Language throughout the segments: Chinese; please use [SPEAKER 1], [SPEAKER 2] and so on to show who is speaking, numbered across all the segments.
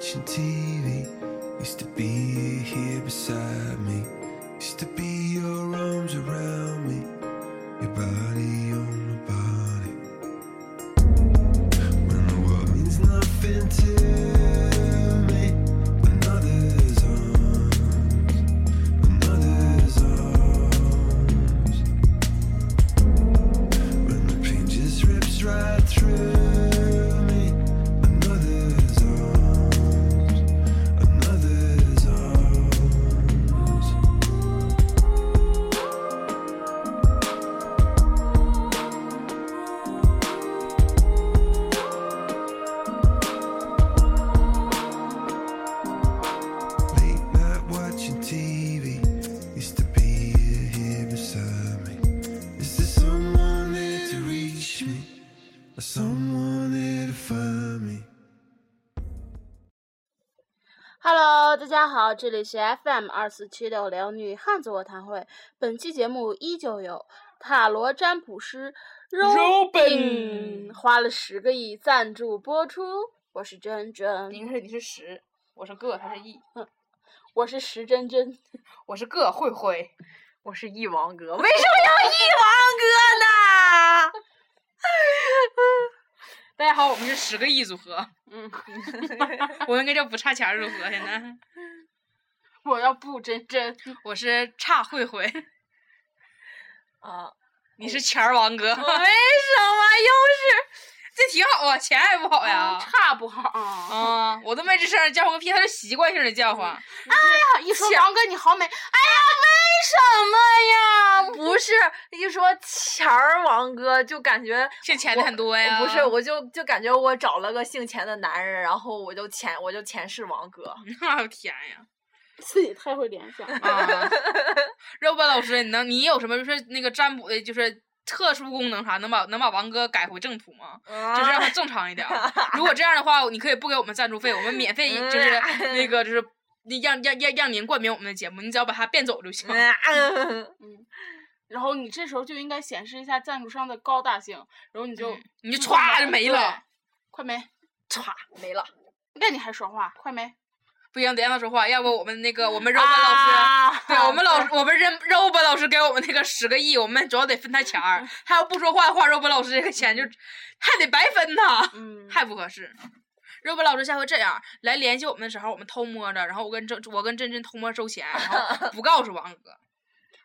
[SPEAKER 1] TV. Used to be you here beside me. Used to be your arms around me. Your body on my body. When the world means nothing to me. Another's arms. Another's arms. When the pain just rips right through me. Another's arms. Another's arms. Late night watching TV. Used to be you here beside me. Is there someone there to reach me? Or someone there to find me?
[SPEAKER 2] Hello，大家好，这里是 FM 二四七六零女汉子卧谈会。本期节目依旧有塔罗占卜师
[SPEAKER 3] Robin
[SPEAKER 2] 花了十个亿赞助播出。我是珍珍，
[SPEAKER 3] 应该是你是十，我是个，他是亿，
[SPEAKER 2] 我是石珍珍，
[SPEAKER 3] 我是个慧慧，我是翼王哥。为什么要翼王哥呢？大家好，我们是十个亿组合。嗯， 我们应该叫不差钱儿组合。现在
[SPEAKER 2] 我要不珍珍
[SPEAKER 3] 我是差慧慧，
[SPEAKER 2] 啊，
[SPEAKER 3] 你是钱儿王哥。为什么又是？这挺好啊，钱还不好呀？
[SPEAKER 2] 差不好啊！
[SPEAKER 3] 啊、我都没吱声，叫唤个屁，他是习惯性的叫唤。
[SPEAKER 2] 哎呀，一说王哥你好美， 哎呀，为什么呀？
[SPEAKER 4] 不是一说钱儿王哥就感觉
[SPEAKER 3] 欠钱的很多呀。
[SPEAKER 4] 不是，我就就感觉我找了个姓钱的男人，然后我就钱我就钱是王哥。
[SPEAKER 3] 我天呀！
[SPEAKER 2] 自己太会联 想了。
[SPEAKER 3] 啊，肉包老师，你能你有什么就是那个占卜的，就是特殊功能啥，能把能把王哥改回正途吗？嗯
[SPEAKER 4] 啊
[SPEAKER 3] 就是 让他正常一点儿。如果这样的话，你可以不给我们赞助费，我们免费
[SPEAKER 4] 嗯
[SPEAKER 3] 就是那个就是那让让让让您冠名我们的节目，你只要把他变走就行。
[SPEAKER 4] 嗯
[SPEAKER 2] 然后你这时候就应该显示一下赞助商的高大性，然后你就
[SPEAKER 3] 你就歘就没了，，
[SPEAKER 2] 嗯快没，
[SPEAKER 4] 歘没了。
[SPEAKER 2] 那你还说话，快没。
[SPEAKER 3] 不行，得让他说话，要不我们那个我们肉包老
[SPEAKER 4] 啊
[SPEAKER 3] 师。 对我们老师，我们肉肉本老师给我们那个十个亿，我们主要得分他钱
[SPEAKER 2] 嗯
[SPEAKER 3] 儿。他要不说话的话，肉本老师这个钱就还得白分他。
[SPEAKER 2] 嗯，
[SPEAKER 3] 太不合适。肉本老师下回这样来联系我们的时候，我们偷摸着，然后我跟郑我跟珍珍偷摸收钱，然 后不告诉王哥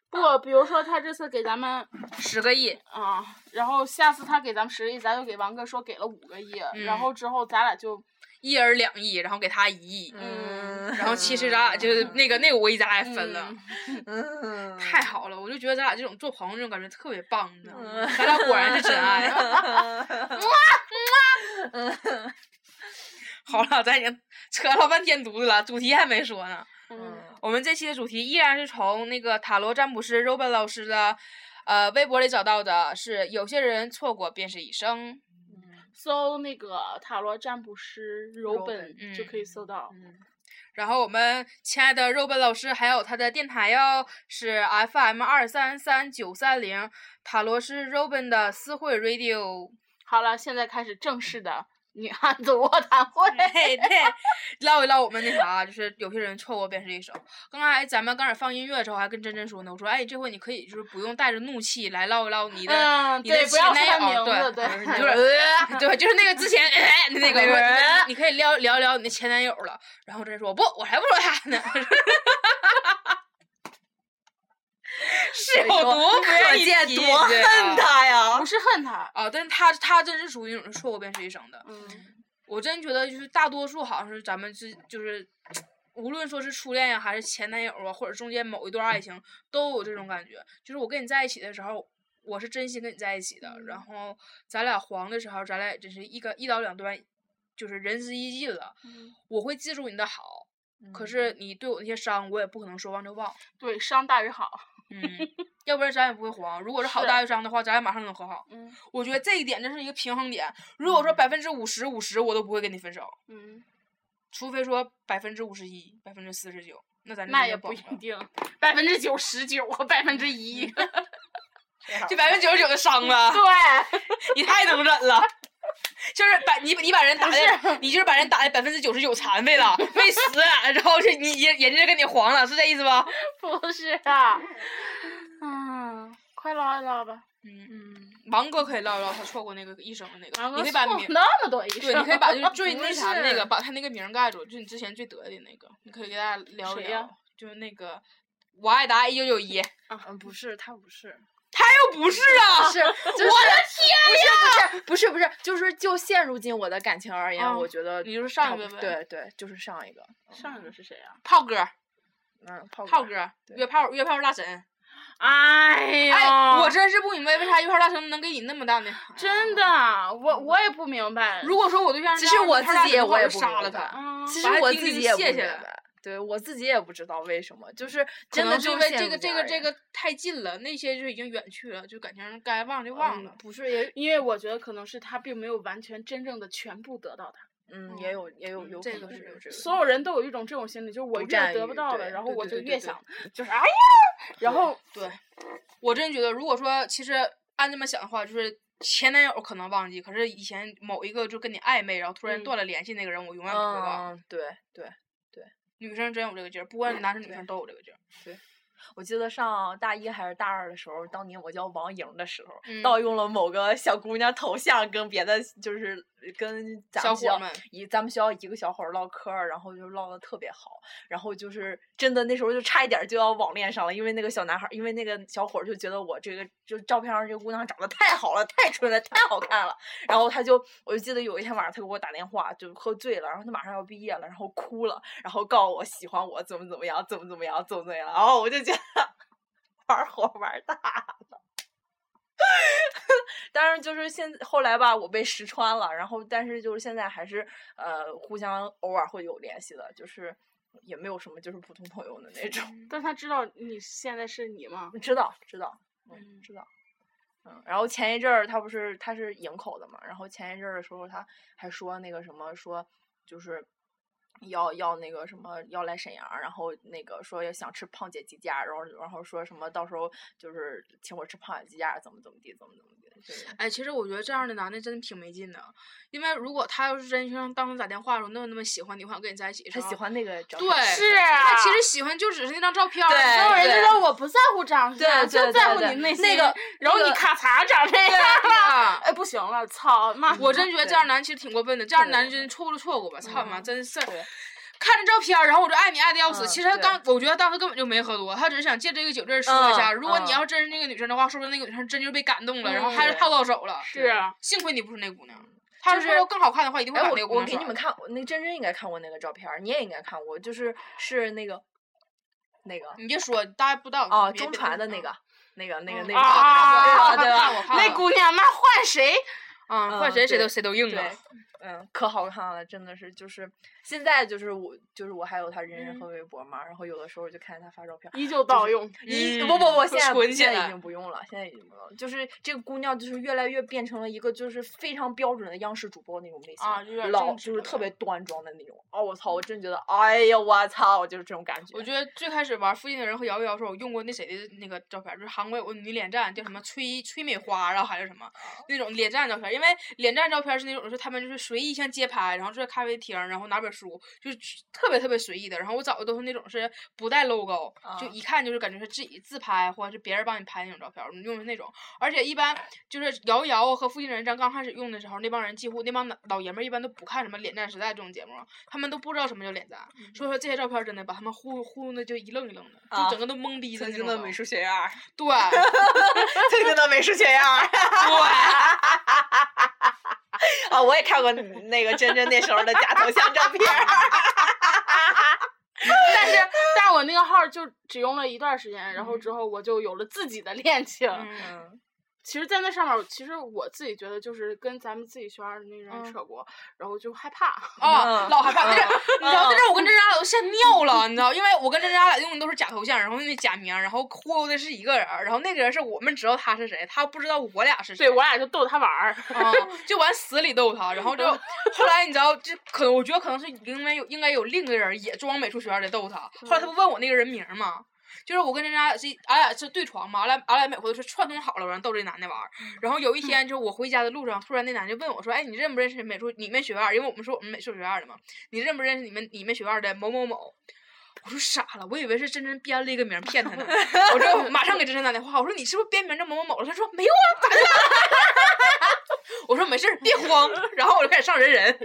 [SPEAKER 2] 不，比如说他这次给咱们
[SPEAKER 3] 十个亿，
[SPEAKER 2] 啊，然后下次他给咱们十个亿，咱就给王哥说给了五个亿，然
[SPEAKER 3] 嗯
[SPEAKER 2] 后之后咱俩就
[SPEAKER 3] 一人两亿，然后给他一亿，
[SPEAKER 2] 嗯
[SPEAKER 3] 然后其实咱俩就是那个那个我一咱俩也分了，
[SPEAKER 2] 嗯
[SPEAKER 4] 嗯
[SPEAKER 3] 太好了，我就觉得咱俩这种做朋友这种感觉特别棒，你知道
[SPEAKER 2] 嗯
[SPEAKER 3] 吗？咱俩果然是真 爱。
[SPEAKER 4] 嗯
[SPEAKER 3] 好了，咱已经扯了半天犊子了，主题还没说呢。
[SPEAKER 2] 嗯
[SPEAKER 3] 我们这期的主题依然是从那个塔罗占卜师 Robin 老师的呃微博里找到的，是有些人错过便是一生。
[SPEAKER 2] 搜那个塔罗占卜师柔
[SPEAKER 4] 柔
[SPEAKER 2] 本
[SPEAKER 3] 本
[SPEAKER 2] 就
[SPEAKER 3] 嗯
[SPEAKER 2] 可以搜到。
[SPEAKER 3] 然后我们亲爱的 Robin 老师还有他的电台哟，是 FM 二三三九三零塔罗师 Robin 的私会 Radio。
[SPEAKER 2] 好了，现在开始正式的女汉子卧谈会。
[SPEAKER 3] 对对， 唠一唠我们那啥，啊就是有些人错过便是一生。刚才咱们刚才放音乐的时候，还跟珍珍说呢，我说哎，这回你可以就是不用带着怒气来唠一唠你的、
[SPEAKER 2] 嗯，
[SPEAKER 3] 你的
[SPEAKER 2] 对，不
[SPEAKER 3] 前
[SPEAKER 2] 要说
[SPEAKER 3] 男
[SPEAKER 2] 他
[SPEAKER 3] 友，
[SPEAKER 2] 名字，
[SPEAKER 3] 对，你就
[SPEAKER 2] 对，
[SPEAKER 3] 是对，就是那个之前的那个，我说你可以聊聊聊你的前男友了。然后珍说，不，我才不说他呢。 是有多不
[SPEAKER 4] 可
[SPEAKER 3] 愿意
[SPEAKER 4] 见
[SPEAKER 3] 提
[SPEAKER 4] 多恨。
[SPEAKER 3] 对啊
[SPEAKER 4] 他呀
[SPEAKER 2] 不！是恨他。
[SPEAKER 3] 啊，但是他他真是属于那种错过便是一生的。
[SPEAKER 2] 嗯，
[SPEAKER 3] 我真觉得就是大多数好像是咱们是就是，无论说是初恋呀、还是前男友啊，或者中间某一段爱情，都有这种感觉。就是我跟你在一起的时候，我是真心跟你在一起的，
[SPEAKER 2] 嗯
[SPEAKER 3] 然后咱俩黄的时候，咱俩也真是一个一刀两断，就是仁至义尽了。我会记住你的好，可是你对我那些伤，我也不可能说忘就忘。
[SPEAKER 2] 对，伤大于好。
[SPEAKER 3] 嗯，要不然咱也不会黄。如果是好
[SPEAKER 2] 是
[SPEAKER 3] 大于伤的话，咱俩马上能和好。
[SPEAKER 2] 嗯
[SPEAKER 3] 我觉得这一点这是一个平衡点。如果说百分之五十五十，我都不会跟你分手。
[SPEAKER 2] 嗯，
[SPEAKER 3] 除非说百分之五十一、百分之四十九，那咱
[SPEAKER 2] 那也不一
[SPEAKER 3] 行。
[SPEAKER 2] 定，百分之九十九和百分之一。
[SPEAKER 3] 这百分之九十九的伤了， 啊
[SPEAKER 2] 对，
[SPEAKER 3] 你太能忍了。就是把你你把人打的，你就是把人打的百分之九十九残废了，没死，啊然后是你人人家跟你黄了，是这意思吧？
[SPEAKER 2] 不是啊， 嗯，快唠一唠吧。
[SPEAKER 3] 嗯嗯，王哥可以唠一唠他错过那个医生的那
[SPEAKER 2] 王
[SPEAKER 3] 个，你
[SPEAKER 2] 哥
[SPEAKER 3] 可以把
[SPEAKER 2] 送
[SPEAKER 3] 名，
[SPEAKER 2] 那么多医生，
[SPEAKER 3] 对，你可以把就是 最
[SPEAKER 4] 不
[SPEAKER 3] 那啥的那个，
[SPEAKER 4] 是
[SPEAKER 3] 把他那个名儿盖住，就你之前最得意的那个，你可以给大家聊一
[SPEAKER 2] 谁
[SPEAKER 3] 聊
[SPEAKER 2] 呀，
[SPEAKER 3] 就是那个我爱达一九九 一，
[SPEAKER 4] 嗯，不是，他不是，
[SPEAKER 3] 又不是啊，
[SPEAKER 4] 是，就是、我的天不是不是不是，就是就现如今我的感情而言，
[SPEAKER 3] 嗯
[SPEAKER 4] 我觉得
[SPEAKER 3] 你就是上
[SPEAKER 4] 他
[SPEAKER 3] 一个
[SPEAKER 4] 不
[SPEAKER 3] 呗
[SPEAKER 4] 对对，就是上一个，
[SPEAKER 2] 上一个是谁啊？
[SPEAKER 3] 炮哥，
[SPEAKER 4] 嗯，炮
[SPEAKER 3] 炮
[SPEAKER 4] 哥，
[SPEAKER 3] 哥，
[SPEAKER 4] 对
[SPEAKER 3] 约炮约炮大神，
[SPEAKER 2] 哎呀，
[SPEAKER 3] 哎，我真是不明白为啥约炮大神能给你那么大 呢？
[SPEAKER 2] 真的，啊我我也不明白。
[SPEAKER 3] 如果说我对象
[SPEAKER 4] 其
[SPEAKER 3] 这
[SPEAKER 4] 实
[SPEAKER 3] 样
[SPEAKER 4] 我
[SPEAKER 3] 约炮
[SPEAKER 4] 自
[SPEAKER 3] 大
[SPEAKER 4] 己
[SPEAKER 3] 神
[SPEAKER 4] 也
[SPEAKER 3] 的话
[SPEAKER 4] 我也
[SPEAKER 3] 就
[SPEAKER 4] 不
[SPEAKER 3] 杀
[SPEAKER 4] 明
[SPEAKER 3] 了
[SPEAKER 4] 白
[SPEAKER 3] 他，
[SPEAKER 2] 嗯，
[SPEAKER 4] 其实
[SPEAKER 3] 把他
[SPEAKER 4] 我
[SPEAKER 3] 钉
[SPEAKER 4] 自己
[SPEAKER 3] 钉
[SPEAKER 4] 也不
[SPEAKER 3] 卸
[SPEAKER 4] 明
[SPEAKER 3] 下来
[SPEAKER 4] 白，对我自己也不知道为什么，就是
[SPEAKER 3] 可
[SPEAKER 4] 真的
[SPEAKER 3] 能是
[SPEAKER 4] 就
[SPEAKER 3] 因
[SPEAKER 4] 是
[SPEAKER 3] 为
[SPEAKER 4] 现
[SPEAKER 3] 这个
[SPEAKER 4] 如
[SPEAKER 3] 这
[SPEAKER 4] 今
[SPEAKER 3] 个
[SPEAKER 4] 而
[SPEAKER 3] 这
[SPEAKER 4] 言
[SPEAKER 3] 个太近了，那些就已经远去了，就感情该忘就忘了
[SPEAKER 4] 嗯。不是也
[SPEAKER 2] 因为我觉得可能是他并没有完全真正的全部得到他，
[SPEAKER 4] 嗯也有也有有
[SPEAKER 3] 这
[SPEAKER 4] 可
[SPEAKER 3] 个
[SPEAKER 4] 能
[SPEAKER 3] 是
[SPEAKER 4] 是有这个
[SPEAKER 2] 所有人都有一种这种心理，就是我
[SPEAKER 4] 不
[SPEAKER 2] 越
[SPEAKER 4] 占
[SPEAKER 2] 得
[SPEAKER 4] 欲
[SPEAKER 2] 不到了，
[SPEAKER 4] 对
[SPEAKER 2] 然后
[SPEAKER 3] 对
[SPEAKER 2] 我
[SPEAKER 3] 对
[SPEAKER 2] 就
[SPEAKER 3] 对
[SPEAKER 2] 越
[SPEAKER 3] 对
[SPEAKER 2] 想，就是哎呀，然后
[SPEAKER 3] 对，我真觉得，如果说其实按这么想的话，就是前男友可能忘记，可是以前某一个就跟你暧昧，然后突然
[SPEAKER 2] 嗯
[SPEAKER 3] 断了联系那个人，我永远不会忘。
[SPEAKER 4] 嗯，对对。
[SPEAKER 3] 女生真有这个劲儿，不管男生女
[SPEAKER 4] 对
[SPEAKER 3] 生都有这个劲儿。
[SPEAKER 4] 我记得上大一还是大二的时候，当年我叫王莹的时候，
[SPEAKER 3] 嗯
[SPEAKER 4] 盗用了某个小姑娘头像，跟别的就是跟咱
[SPEAKER 3] 小
[SPEAKER 4] 们
[SPEAKER 3] 伙
[SPEAKER 4] 学校
[SPEAKER 3] 儿们
[SPEAKER 4] 一咱们学校一个小伙儿唠嗑儿，然后就唠的特别好，然后就是真的那时候就差一点儿就要网恋上了，因为那个小男孩儿，因为那个小伙儿就觉得我这个就照片上这个姑娘长得太好了，太纯了，太好看了，然后他就我就记得有一天晚上他给我打电话，就喝醉了，然后他马上要毕业了，然后哭了，然后告诉我喜欢我怎么怎么样，怎么怎么样，怎么怎么样，然后我就觉得 玩火玩大了。但是就是现后来吧，我被识穿了，然后但是就是现在还是呃互相偶尔会有联系的，就是也没有什么就是普通朋友的那种。
[SPEAKER 2] 但他知道你现在是你吗？
[SPEAKER 4] 知道知道，嗯知道。嗯，然后前一阵儿他不是他是营口的嘛，然后前一阵儿的时候他还说那个什么说就是要要那个什么要来沈阳，然后那个说要想吃胖姐鸡架，然后然后说什么到时候就是请我吃胖姐鸡架，怎么怎么地，怎么怎么地，就是
[SPEAKER 3] 哎，其实我觉得这样的男的真的挺没劲的，因为如果他要是真像当时打电话的时候那么那么喜欢你，我想跟你在一起的时
[SPEAKER 4] 他
[SPEAKER 3] 候，
[SPEAKER 4] 喜欢那个照
[SPEAKER 3] 对
[SPEAKER 4] 片儿
[SPEAKER 2] 是啊
[SPEAKER 3] 他其实喜欢就只是那张照片儿，
[SPEAKER 4] 对
[SPEAKER 2] 所有人
[SPEAKER 4] 对
[SPEAKER 2] 都说我不在乎长
[SPEAKER 4] 对啊
[SPEAKER 3] 啊
[SPEAKER 2] 相，就
[SPEAKER 4] 对
[SPEAKER 2] 在
[SPEAKER 4] 对
[SPEAKER 2] 乎
[SPEAKER 4] 对
[SPEAKER 2] 你内心。
[SPEAKER 4] 那个
[SPEAKER 2] 然后
[SPEAKER 4] 那
[SPEAKER 2] 你
[SPEAKER 4] 个
[SPEAKER 2] 咔嚓长这样了，
[SPEAKER 3] 啊
[SPEAKER 2] 哎，不行了，操妈！
[SPEAKER 3] 我真觉得这
[SPEAKER 4] 对
[SPEAKER 3] 样的男其实挺过分的，这样的
[SPEAKER 4] 对
[SPEAKER 3] 男
[SPEAKER 4] 对嗯
[SPEAKER 3] 真错过就错过吧，操你妈，真是
[SPEAKER 4] 对。
[SPEAKER 3] 看着照片儿，然后我就爱你爱的要死。
[SPEAKER 4] 嗯
[SPEAKER 3] 其实他
[SPEAKER 4] 对
[SPEAKER 3] 刚，我觉得当时根本就没喝多，他只是想借这个酒劲儿说一下。
[SPEAKER 4] 嗯
[SPEAKER 3] 如果你
[SPEAKER 4] 嗯
[SPEAKER 3] 要真是那个女生的话，说不定那个女生真就被感动了，然后
[SPEAKER 4] 嗯
[SPEAKER 3] 还是
[SPEAKER 4] 对嗯
[SPEAKER 3] 泡到手了。
[SPEAKER 2] 是啊，
[SPEAKER 3] 幸亏你不是那姑娘，她
[SPEAKER 4] 就
[SPEAKER 3] 如果
[SPEAKER 4] 是
[SPEAKER 3] 要更好看的话，一定会
[SPEAKER 4] 哎，
[SPEAKER 3] 把
[SPEAKER 4] 我
[SPEAKER 3] 那个姑
[SPEAKER 4] 我
[SPEAKER 3] 娘
[SPEAKER 4] 给你
[SPEAKER 3] 耍
[SPEAKER 4] 们看，我那真真应该看过那个照片儿，你也应该看过，就是是那个那个
[SPEAKER 2] 嗯
[SPEAKER 3] 你别说，大家不知道
[SPEAKER 4] 哦，
[SPEAKER 3] 别
[SPEAKER 4] 中
[SPEAKER 3] 别
[SPEAKER 4] 传的
[SPEAKER 3] 嗯
[SPEAKER 4] 那个，那个，那个，
[SPEAKER 3] 嗯
[SPEAKER 4] 那个，
[SPEAKER 2] 啊
[SPEAKER 4] 对吧？对
[SPEAKER 3] 我看
[SPEAKER 4] 吧？
[SPEAKER 3] 过
[SPEAKER 2] 那姑娘那换谁？
[SPEAKER 3] 嗯，
[SPEAKER 4] 嗯
[SPEAKER 3] 换谁谁都
[SPEAKER 4] 对
[SPEAKER 3] 谁都硬啊
[SPEAKER 4] 对。，嗯，可好看了，真的是，就是现在就是我，就是我还有他人人
[SPEAKER 2] 嗯
[SPEAKER 4] 和微博嘛，然后有的时候就看见他发照片儿，
[SPEAKER 2] 依旧盗用，
[SPEAKER 4] 一
[SPEAKER 3] 嗯
[SPEAKER 4] 不不不，
[SPEAKER 3] 会
[SPEAKER 4] 现在
[SPEAKER 3] 存起
[SPEAKER 4] 现在
[SPEAKER 3] 来
[SPEAKER 4] 已经不用了，现在已经不用了。就是这个姑娘，就是越来越变成了一个就是非常标准的央视主播那种类型，
[SPEAKER 3] 啊有点
[SPEAKER 4] 老
[SPEAKER 3] 正直
[SPEAKER 4] 就是
[SPEAKER 3] 了
[SPEAKER 4] 特别端庄的那种。哦，我操，我真觉得，哎呀，我操，就是这种感觉。
[SPEAKER 3] 我觉得最开始玩附近的人和摇一摇的时候，我用过那谁的那个照片儿，就是韩国有个女脸站，叫什么
[SPEAKER 4] 啊
[SPEAKER 3] 崔崔美花，啊然后还是什么那种脸站照片儿。因为脸站照片儿是那种，就是他们就是随意像街拍，然后在咖啡厅儿，然后拿本书，就是特别特别随意的。然后我找的都是那种是不带 logo，、就
[SPEAKER 4] 啊
[SPEAKER 3] 一看就是感觉是自己自拍或者是别人帮你拍那种照片儿，我用的那种。而且一般就是摇一摇啊和附近人站刚开始用的时候，那帮人几乎那帮老老爷们儿一般都不看什么脸站时代这种节目，他们都不知道什么叫脸站，
[SPEAKER 2] 嗯
[SPEAKER 3] 所以说这些照片儿真的把他们忽悠忽悠的就一愣一愣的，就
[SPEAKER 4] 啊
[SPEAKER 3] 整个都懵逼的
[SPEAKER 4] 曾
[SPEAKER 3] 那
[SPEAKER 4] 经
[SPEAKER 3] 种
[SPEAKER 4] 的
[SPEAKER 3] 都。
[SPEAKER 4] 美术嗯学院儿，
[SPEAKER 3] 对
[SPEAKER 4] 曾经的美术学院儿。
[SPEAKER 3] 对，
[SPEAKER 4] 啊，我也看过那个真真那时候的假头像照片儿。
[SPEAKER 2] 但是但是我那个号就只用了一段时间，然后之后我就有了自己的恋情。
[SPEAKER 3] 嗯
[SPEAKER 4] 嗯
[SPEAKER 2] 其实，在那上面儿，其实我自己觉得就是跟咱们自己圈儿的那人
[SPEAKER 3] 嗯
[SPEAKER 2] 扯过，然后就害怕。
[SPEAKER 3] 啊，
[SPEAKER 4] 嗯
[SPEAKER 3] 老害怕，但是你知道，
[SPEAKER 4] 嗯
[SPEAKER 3] 但是我跟真真俩都吓尿了，你知道，因为我跟真真俩用的都是假头像，然后那假名，然后忽悠的是一个人儿，然后那个人是我们知道他是谁，他不知道我俩是谁。
[SPEAKER 2] 对我俩就逗他玩儿，
[SPEAKER 3] 啊， 就往死里逗他，然后就 后来你知道，这可能我觉得可能是应该有应该有另一个人也装美术学院的逗他，后来他不问我那个人名儿吗？就是我跟人家是俺俩是对床嘛，俺俩俺俩每回都是串通好了，然后逗这男的玩儿。然后有一
[SPEAKER 2] 嗯
[SPEAKER 3] 天就是我回家的路上，突然那男的问我说：“哎，你认不认识美术你们学院儿？因为我们是我们美术学院儿的嘛，你认不认识你们你们学院儿的某某某？”我说傻了，我以为是真真编了一个名儿骗他呢。我就马上给真真打电话，我说你是不是编名叫某某某了？ 他说没有啊，咋的了？我说没事儿，别 慌。然后我就开始上人人，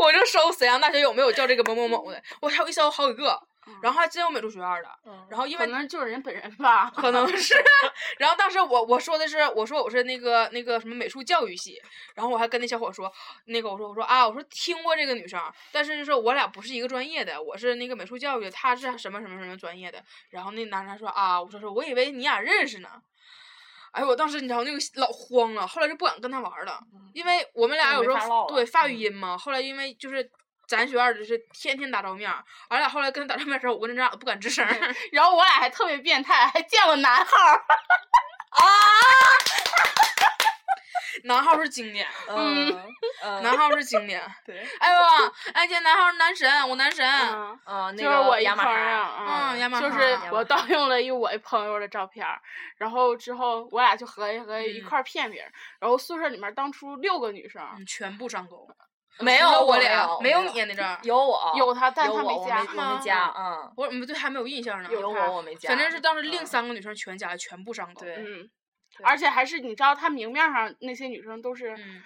[SPEAKER 3] 我就搜沈阳大学有没有叫这个某某某的，我还有一搜好几个，然后还真有美术学院儿的。然后因
[SPEAKER 2] 嗯可
[SPEAKER 3] 为
[SPEAKER 2] 能就是人本人吧。
[SPEAKER 3] 可能是。 然后当时我我说的是，我说我是那个那个什么美术教育系，然后我还跟那小伙说，那个我说我说啊，我说听过这个女生，但是就是我俩不是一个专业的，我是那个美术教育的，她是什么什么什么专业的。然后那男生说啊，我说说我以为你俩认识呢。哎呦，我当时你知道那个老慌了，后来就不敢跟他玩儿了，因为我们俩
[SPEAKER 4] 嗯
[SPEAKER 3] 有
[SPEAKER 4] 就
[SPEAKER 3] 时
[SPEAKER 4] 没法唠
[SPEAKER 3] 候
[SPEAKER 4] 了
[SPEAKER 3] 对发语
[SPEAKER 4] 嗯
[SPEAKER 3] 音嘛。后来因为就是咱学院就是天天打照面儿，俺俩后来跟他打照面儿的时候，我跟他俩都不敢吱声儿。
[SPEAKER 2] 然后我俩还特别变态，还见过男号儿。
[SPEAKER 3] 男号是经典，
[SPEAKER 2] 嗯
[SPEAKER 4] 嗯嗯，
[SPEAKER 3] 男号是经典。
[SPEAKER 4] 对，
[SPEAKER 3] 哎呦，哎，这男号是男神，我男神。
[SPEAKER 2] 嗯，
[SPEAKER 4] 啊，那
[SPEAKER 2] 就是我
[SPEAKER 4] 个
[SPEAKER 2] 一
[SPEAKER 4] 雅马
[SPEAKER 2] 朋友，
[SPEAKER 4] 哈，
[SPEAKER 2] 嗯，
[SPEAKER 3] 嗯亚麻
[SPEAKER 2] 就是
[SPEAKER 4] 哈
[SPEAKER 2] 我盗用了一我一朋友的照片儿，然后之后我俩就合计合计一
[SPEAKER 3] 嗯
[SPEAKER 2] 块儿骗别人。然后宿舍里面当初六个女生，
[SPEAKER 3] 嗯全部上钩，
[SPEAKER 4] 没
[SPEAKER 3] 除
[SPEAKER 4] 有
[SPEAKER 3] 了我
[SPEAKER 4] 没
[SPEAKER 3] 俩，
[SPEAKER 4] 有
[SPEAKER 3] 没
[SPEAKER 4] 没
[SPEAKER 3] 有
[SPEAKER 4] 有
[SPEAKER 3] 你那阵儿，
[SPEAKER 4] 有我
[SPEAKER 2] 有他，但
[SPEAKER 4] 嗯有
[SPEAKER 2] 他
[SPEAKER 4] 我
[SPEAKER 2] 没
[SPEAKER 4] 我
[SPEAKER 2] 加
[SPEAKER 4] 没。我
[SPEAKER 3] 吗
[SPEAKER 4] 没加，嗯，
[SPEAKER 3] 我们对还没有印象呢。
[SPEAKER 2] 有
[SPEAKER 4] 有
[SPEAKER 2] 他
[SPEAKER 4] 我我没加，
[SPEAKER 3] 反正是当时另
[SPEAKER 4] 嗯
[SPEAKER 3] 三个女生全加，全部上钩。
[SPEAKER 4] 对
[SPEAKER 2] 嗯，
[SPEAKER 4] 对
[SPEAKER 2] 而且还是你知道，他明面上那些女生都是，
[SPEAKER 3] 嗯，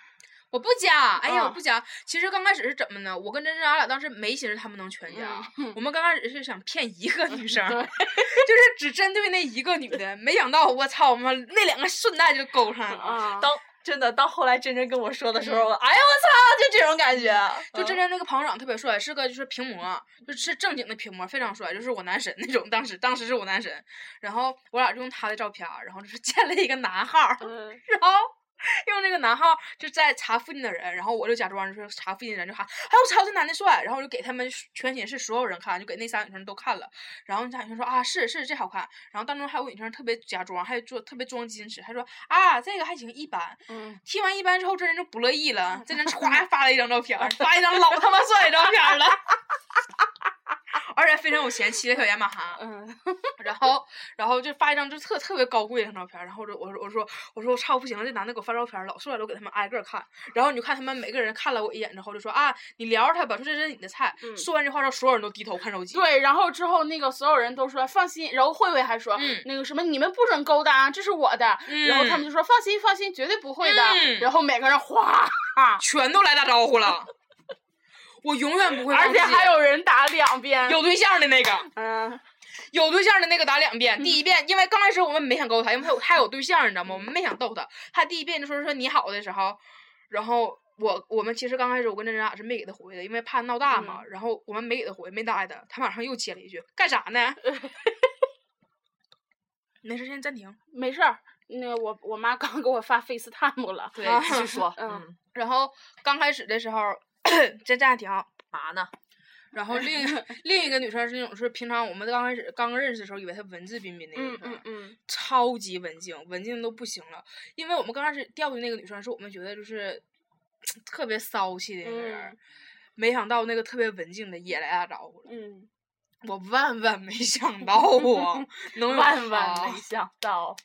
[SPEAKER 3] 我不加，哎呀，我
[SPEAKER 2] 嗯
[SPEAKER 3] 不加。其实刚开始是怎么呢？我跟珍珍，俺俩当时没寻思他们能全加。 我们刚开始是想骗一个女生，
[SPEAKER 2] 嗯对
[SPEAKER 3] 就是只针对那一个女的，没想到我操，我们那两个顺带就勾上 了。
[SPEAKER 2] 啊，
[SPEAKER 4] 当真的到后来真真跟我说的时候，哎呀我操，就这种感觉，
[SPEAKER 3] 就
[SPEAKER 4] 嗯
[SPEAKER 3] 之前那个朋友长特别帅，是个就是屏模，就是正经的屏模，非常帅，就是我男神那种。当时当时是我男神，然后我俩就用他的照片儿，啊然后就是建了一个男号儿，
[SPEAKER 2] 嗯
[SPEAKER 3] 然后用那个男号儿就在查附近的人，然后我就假装就是查附近的人就喊，哎我操这男的帅，然后我就给他们全寝室所有人看，就给那仨女生都看了，然后那仨女生说啊是是这好看，然后当中还有个女生特别假装，还做特别装矜持，还说啊这个还行一般，
[SPEAKER 2] 嗯，
[SPEAKER 3] 踢完一班之后，真人就不乐意了，真 人歘发了一张照片儿，发一张老他妈帅的照片儿了， 而且非常有钱，骑的小雅马哈，
[SPEAKER 2] 嗯，
[SPEAKER 3] 然后然后就发一张就特特别高贵的一张照片儿，然后我就我说我说我说我操不行了，这男的给我发照片儿老帅了，我给他们挨个儿看，然后你就看他们每个人看了我一眼之后就说啊，你聊着他吧，说这是你的菜。
[SPEAKER 2] 嗯
[SPEAKER 3] 说完这话之后，所有人都低头看手机。
[SPEAKER 2] 对，然后之后那个所有人都说放心，然后慧慧还说、
[SPEAKER 3] 嗯
[SPEAKER 2] 那个什么你们不准勾搭啊，这是我的，然后他们就说放心放心，绝对不会的，
[SPEAKER 3] 嗯
[SPEAKER 2] 然后每个人哗，
[SPEAKER 3] 全都来打招呼 了，我永远不会忘
[SPEAKER 2] 而
[SPEAKER 3] 记。
[SPEAKER 2] 且还有人打两遍，
[SPEAKER 3] 有对象的那个。
[SPEAKER 2] 嗯，
[SPEAKER 3] 有对象的那个打两遍，第一遍因为刚开始我们没想勾他，因为他有他有对象，你知道吗？我们没想逗他。他第一遍就说说你好的时候，然后我我们其实刚开始我跟珍珍俩是没给他回的，因为怕闹大嘛。然后我们没给他回，没搭理他，他马上又接了一句干啥呢？ 没事，先暂停。
[SPEAKER 2] 没事儿，那个我我妈刚给我发 FaceTime 了，
[SPEAKER 4] 对，继 续说，
[SPEAKER 2] 嗯
[SPEAKER 4] 嗯，
[SPEAKER 3] 然后刚开始的时候，真暂停。
[SPEAKER 4] 嘛呢？
[SPEAKER 3] 然后另 一个另一个女生是那种是平常我们刚开始刚认识的时候，以为她文质彬彬的一个女生，
[SPEAKER 2] 嗯嗯嗯，
[SPEAKER 3] 超级文静，文静都不行了。因为我们刚开始钓的那个女生是我们觉得就是特别骚气的一个人儿，
[SPEAKER 2] 嗯
[SPEAKER 3] 没想到那个特别文静的也来打招呼了。
[SPEAKER 2] 嗯，
[SPEAKER 3] 我万万没想到 啊，能有
[SPEAKER 4] 万万
[SPEAKER 3] 她
[SPEAKER 4] 没想到，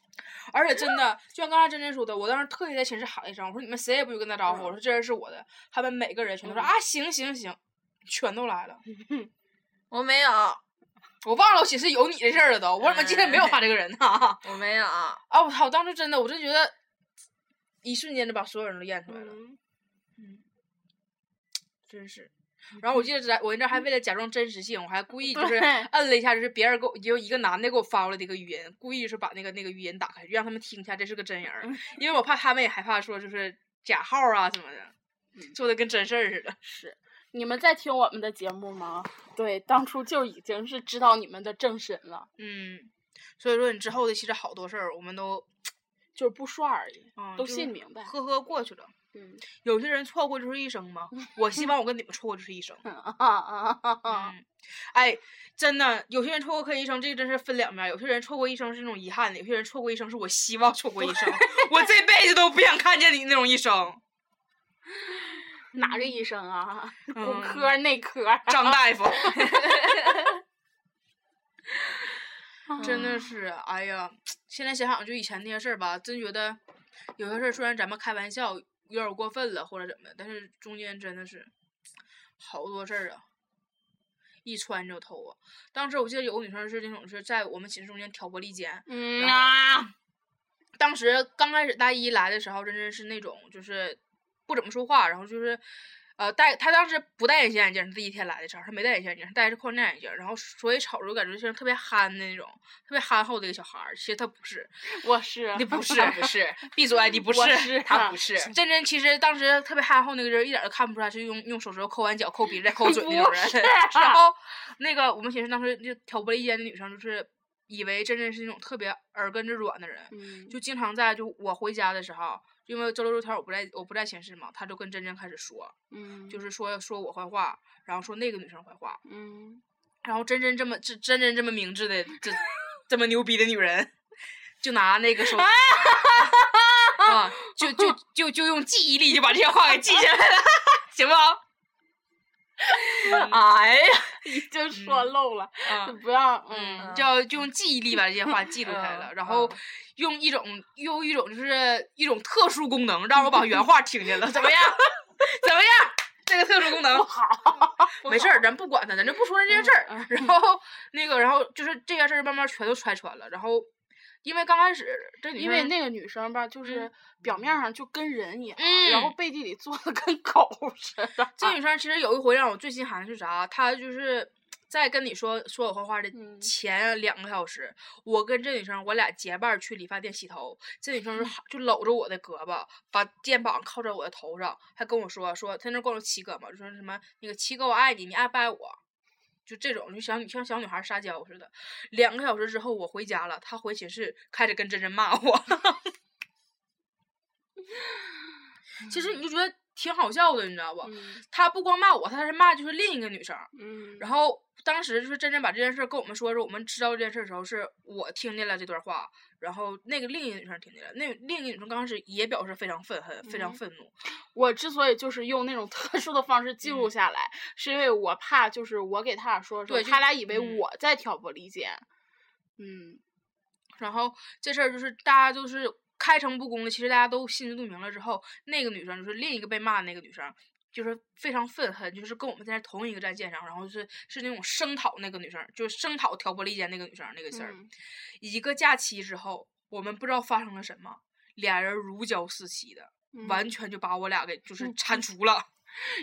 [SPEAKER 3] 而且真的，就像刚才珍珍说的，我当时特意在寝室喊一声，我说你们谁也不许跟他招
[SPEAKER 4] 嗯
[SPEAKER 3] 呼，我说这人是我的。他们每个人全都说、
[SPEAKER 2] 嗯
[SPEAKER 3] 啊行行行，全都来了。
[SPEAKER 4] 我没有，
[SPEAKER 3] 我忘了我寝室有你的事儿了都，我怎么记得
[SPEAKER 4] 哎
[SPEAKER 3] 没有他这个人呢？
[SPEAKER 4] 我没有，
[SPEAKER 3] 啊，我操！我当时真的，我真觉得，一瞬间就把所有人都验出来了，
[SPEAKER 2] 嗯
[SPEAKER 3] 真是。然后我记得在，我那阵儿还为了假装真实性，我还故意就是
[SPEAKER 2] 对
[SPEAKER 3] 摁了一下，就是别人给我，就一个男的给我发过来的一个语音，故意是把那个那个语音打开，让他们听一下这是个真人儿，因为我怕他们也害怕说就是假号啊什么的，做的跟真事儿似的。
[SPEAKER 2] 是。你们在听我们的节目吗？对，当初就已经是知道你们的正神了，
[SPEAKER 3] 嗯，所以说你之后的其实好多事儿我们都，
[SPEAKER 2] 就是不说而已，
[SPEAKER 3] 嗯、
[SPEAKER 2] 都
[SPEAKER 3] 就是
[SPEAKER 2] 信明白。
[SPEAKER 3] 呵呵过去了。
[SPEAKER 2] 嗯
[SPEAKER 3] 有些人错过就是一生嘛，我希望我跟你们错过就是一生。
[SPEAKER 2] 啊啊啊啊！
[SPEAKER 3] 嗯，哎，真的，有些人错过科一生，这个真是分两面儿。有些人错过一生是那种遗憾的，有些人错过一生是我希望错过一生，我这辈子都不想看见你那种一生。
[SPEAKER 2] 哪个医生啊？骨
[SPEAKER 3] 嗯
[SPEAKER 2] 科、内科。
[SPEAKER 3] 张大夫，嗯
[SPEAKER 2] 啊
[SPEAKER 3] 真
[SPEAKER 2] 嗯
[SPEAKER 3] 的是，哎呀，现在想想就以前那些事儿吧，真觉得有些事儿虽然咱们开玩笑有点儿过分了或者怎么的，但是中间真的是好多事儿啊，一穿就透啊。当时我记得有个女生是那种是在我们寝室中间挑拨离间，
[SPEAKER 2] 嗯
[SPEAKER 3] 然后
[SPEAKER 2] 啊，
[SPEAKER 3] 当时刚开始大一来的时候，真真是那种就是不怎么说话，然后就是。呃，戴她当时不戴隐形眼镜，她第一天来的时候，她没戴隐形眼镜，她戴的是框架眼镜，然后所以瞅着感觉就是特别憨的那种，特别憨厚的一个小孩儿。其实她不 是，
[SPEAKER 2] 我是，
[SPEAKER 3] 你不是
[SPEAKER 2] 不是，
[SPEAKER 3] 闭嘴， 你不
[SPEAKER 2] 我是
[SPEAKER 3] 是，他
[SPEAKER 2] 啊
[SPEAKER 3] 不是。真真其实当时特别憨厚那个人，一点儿都看不出来是用用手指头抠完脚、抠鼻子、再抠嘴那种人。
[SPEAKER 2] 啊
[SPEAKER 3] 然后那个我们寝室当时就挑拨离间的女生，就是以为真真是那种特别耳根子软的人，
[SPEAKER 2] 嗯
[SPEAKER 3] 就经常在就我回家的时候，因为周六周天我不在我不在寝室嘛，他就跟真真开始说，
[SPEAKER 2] 嗯，
[SPEAKER 3] 就是说说我坏话，然后说那个女生坏话，
[SPEAKER 2] 嗯，
[SPEAKER 3] 然后真真这么这真真这么明智的这这么牛逼的女人，就拿那个手 啊，就就就就用记忆力就把这些话给记下来了， 行不？啊
[SPEAKER 4] 哎呀，
[SPEAKER 2] 已经说
[SPEAKER 3] 嗯
[SPEAKER 2] 漏了，
[SPEAKER 3] 啊
[SPEAKER 2] 就，不要嗯
[SPEAKER 3] 嗯，就要就用记忆力把这些话记录下来了，然后
[SPEAKER 4] 嗯
[SPEAKER 3] 用一种用一种就是一种特殊功能，让我把原话听见了，怎么 样？怎么样？这个特殊功能 好，没事儿，咱不管它，咱就不说这件事
[SPEAKER 2] 嗯
[SPEAKER 3] 儿。然后那个，然后就是这件事儿慢慢全都拆穿了。然后，因为刚开始这女
[SPEAKER 2] 因为
[SPEAKER 3] 生
[SPEAKER 2] 那个女生吧，就是表面上就跟人一样，
[SPEAKER 3] 嗯
[SPEAKER 2] 然后背地里做的跟狗似的。
[SPEAKER 3] 这女生其实有一回让我最心寒的是啥？啊她就是在跟你说说我坏话的
[SPEAKER 2] 嗯
[SPEAKER 3] 前两个小时，我跟这女生我俩结伴儿去理发店洗头，这女生就哈就搂着我的胳膊，把肩膀靠在我的头上，还跟我说说她那光有七哥嘛，就说什么那个七哥我爱你，你爱不爱我？就这种，就小女像小女孩撒娇似的。两个小时之后，我回家了，她回寝室开始跟真真骂我。 其实你就觉得挺好笑的，你知道不？
[SPEAKER 2] 嗯
[SPEAKER 3] 他不光骂我，他是骂就是另一个女生。
[SPEAKER 2] 嗯，
[SPEAKER 3] 然后当时就是真真把这件事儿跟我们说的时候，我们知道这件事儿的时候，是我听见了这段话，然后那个另一个女生听见了，那另一个女生刚开始也表示非常愤恨，非常
[SPEAKER 2] 嗯
[SPEAKER 3] 愤怒。
[SPEAKER 2] 我之所以就是用那种特殊的方式记录下来，是因为我怕就是我给他俩说的时
[SPEAKER 3] 嗯
[SPEAKER 2] 候，
[SPEAKER 3] 对就
[SPEAKER 2] 他俩以为
[SPEAKER 3] 嗯
[SPEAKER 2] 我在挑拨离间。嗯
[SPEAKER 3] 然后这事儿就是大家就是开诚布公的，其实大家都心知肚明了之后，那个女生就是另一个被骂的那个女生。就是非常愤恨，就是跟我们在同一个战线上，然后是是那种声讨那个女生，就是声讨挑拨离间那个女生那个事儿。
[SPEAKER 2] 嗯
[SPEAKER 3] 一个假期之后，我们不知道发生了什么，俩人如胶似漆的，
[SPEAKER 2] 嗯
[SPEAKER 3] 完全就把我俩给就是铲除了。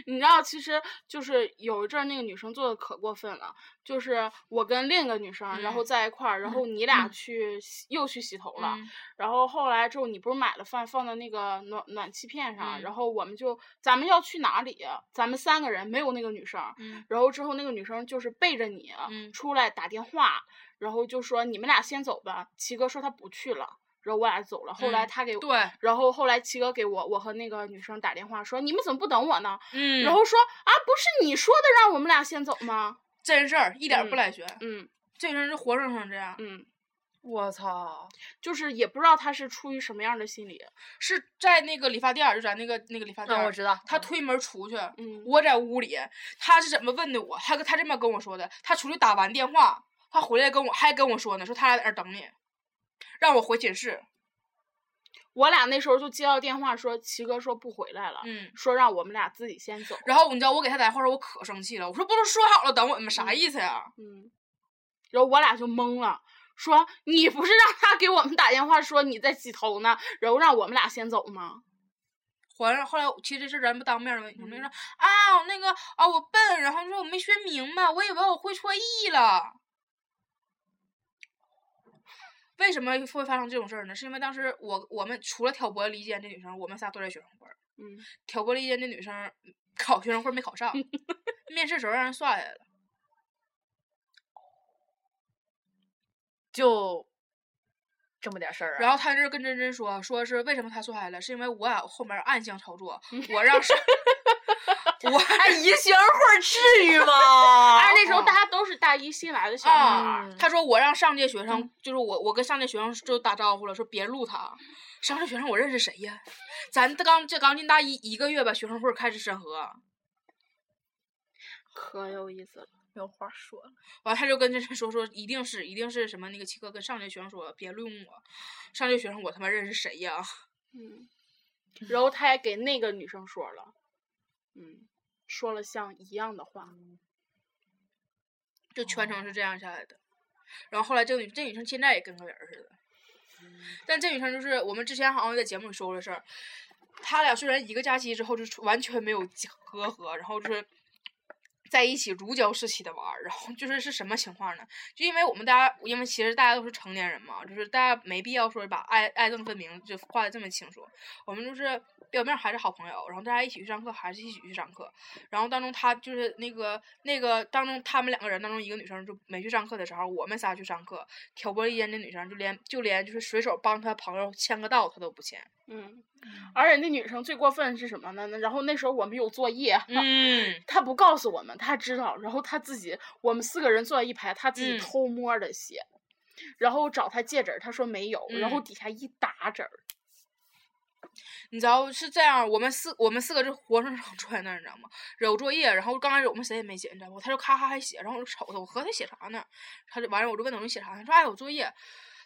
[SPEAKER 2] 你知道，其实就是有一阵儿那个女生做的可过分了，就是我跟另一个女生，然后
[SPEAKER 3] 嗯
[SPEAKER 2] 在一块儿，然后你俩去洗又去洗头了，然后后来之后，你不是买了饭放到那个暖暖气片上，
[SPEAKER 3] 嗯
[SPEAKER 2] 然后我们就咱们要去哪里啊？咱们三个人没有那个女生，
[SPEAKER 3] 嗯
[SPEAKER 2] 然后之后那个女生就是背着你、
[SPEAKER 3] 嗯
[SPEAKER 2] 出来打电话，然后就说你们俩先走吧。齐哥说他不去了，然后我俩走了。后来
[SPEAKER 3] 嗯
[SPEAKER 2] 他给、
[SPEAKER 3] 对，
[SPEAKER 2] 然后后来齐哥给我我和那个女生打电话说你们怎么不等我呢？
[SPEAKER 3] 嗯，
[SPEAKER 2] 然后说啊不是你说的让我们俩先走吗？
[SPEAKER 3] 真事儿一点儿不
[SPEAKER 2] 嗯
[SPEAKER 3] 赖悬，
[SPEAKER 2] 嗯
[SPEAKER 3] 这人是活生生这样。
[SPEAKER 2] 嗯，
[SPEAKER 3] 我操，
[SPEAKER 2] 就是也不知道他是出于什么样的心理。
[SPEAKER 3] 是在那个理发店儿，就咱那个那个理发店儿，
[SPEAKER 4] 道
[SPEAKER 3] 他推门出去，
[SPEAKER 2] 嗯
[SPEAKER 3] 我在屋里，他是怎么问的我？他跟他这么跟我说的，他出去打完电话，他回来跟我还跟我说呢，说他俩在那儿等你，让我回寝室。
[SPEAKER 2] 我俩那时候就接到电话说齐哥说不回来了，
[SPEAKER 3] 嗯。
[SPEAKER 2] 说让我们俩自己先走。
[SPEAKER 3] 然后你知道我给他打电话时候，我可生气了，我说不是说好了等我们啥意思呀、
[SPEAKER 2] 嗯，然后我俩就懵了，说你不是让他给我们打电话说你在洗头呢，然后让我们俩先走吗？
[SPEAKER 3] 还后来其实这事儿咱不当面儿问，我
[SPEAKER 2] 嗯
[SPEAKER 3] 们说啊那个啊我笨，然后说我没学明白，我以为我会错意了。为什么会发生这种事儿呢？是因为当时我我们除了挑拨离间这女生，我们仨都在学生会儿。
[SPEAKER 2] 嗯，
[SPEAKER 3] 挑拨离间这女生考学生会儿没考上，面试时候让人刷下来了。
[SPEAKER 4] 就这么点事儿啊。
[SPEAKER 3] 然后他这跟真真说，说是为什么他刷下来了，是因为我俩后面暗箱操作，我让是我
[SPEAKER 4] 哎，一学生会儿至于吗？
[SPEAKER 2] 但是那时候大家都是大一新来的小孩
[SPEAKER 3] 啊、
[SPEAKER 2] 儿，
[SPEAKER 3] 他说我让上届学生，就是我，我跟上届学生就打招呼了，说别录他。啊上届学生我认识谁呀？咱这刚这刚进大一一个月吧，学生会儿开始审核，
[SPEAKER 2] 可有意思了。
[SPEAKER 4] 没有话说了。
[SPEAKER 3] 完，他就跟这人说说，一定是一定是什么那个七哥跟上届学生说，别论我，上届学生我他妈认识谁呀、
[SPEAKER 2] 嗯，然后他也给那个女生说了，嗯，说了像一样的话，嗯
[SPEAKER 3] 就全程是这样下来的。然后后来这个女这女生现在也跟个人儿似的，但这女生就是我们之前好像在节目里说过的事儿，他俩虽然一个假期之后就是完全没有隔阂，然后就是在一起如胶似漆的玩儿，然后就是是什么情况呢？就因为我们大家，因为其实大家都是成年人嘛，就是大家没必要说把爱爱憎分明就画的这么清楚。我们就是表面还是好朋友，然后大家一起去上课，还是一起去上课。然后当中他就是那个那个当中他们两个人当中一个女生就没去上课的时候，我们仨去上课，挑拨离间这女生就连就连就是随手帮他朋友签个到他都不签。
[SPEAKER 2] 嗯，而且那女生最过分的是什么呢？然后那时候我们有作业，
[SPEAKER 3] 嗯，
[SPEAKER 2] 他不告诉我们，他知道，然后他自己，我们四个人坐在一排，他自己
[SPEAKER 3] 嗯
[SPEAKER 2] 偷摸的写，然后找他借纸儿，他说没有，然后
[SPEAKER 3] 嗯
[SPEAKER 2] 底下一打纸儿，
[SPEAKER 3] 你知道是这样，我们四我们四个就活生生坐在那儿，你知道吗？有作业，然后刚开始我们谁也没写，你知道不？他就咔咔还写，然后我就瞅他，我合他写啥呢？他就完了，我就问他，我说你写啥呢？他说哎，有作业。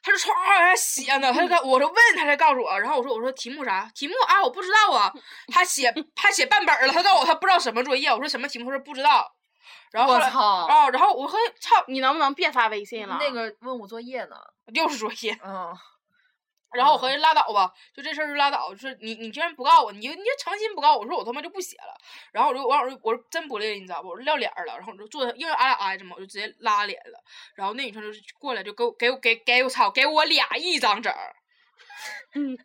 [SPEAKER 3] 他就唰还写呢，他就告我就问他才告诉我，然后我说我说题目啥？题目啊我不知道啊，他写他写半本儿了，他告诉我他不知道什么作业，我说什么题目？他说不知道，然后后
[SPEAKER 4] 我
[SPEAKER 3] 来
[SPEAKER 4] 操，
[SPEAKER 3] 啊，然后我和操
[SPEAKER 2] 你能不能别发微信了？
[SPEAKER 4] 那个问我作业呢，
[SPEAKER 3] 又是作业，
[SPEAKER 4] 嗯，
[SPEAKER 3] 然
[SPEAKER 2] 嗯
[SPEAKER 3] 后我合计拉倒吧，就这事儿就拉倒，就是你你居然不告我，你就你就诚心不告我，我说我他妈就不写了。然后我就我我就我就真不乐意，你知道不？我就撂脸儿了，然后我就坐，因为俺俩挨着嘛，我就直接拉脸了。然后那女生就是过来就给我给我给给我操给我俩一张纸儿。
[SPEAKER 2] 嗯，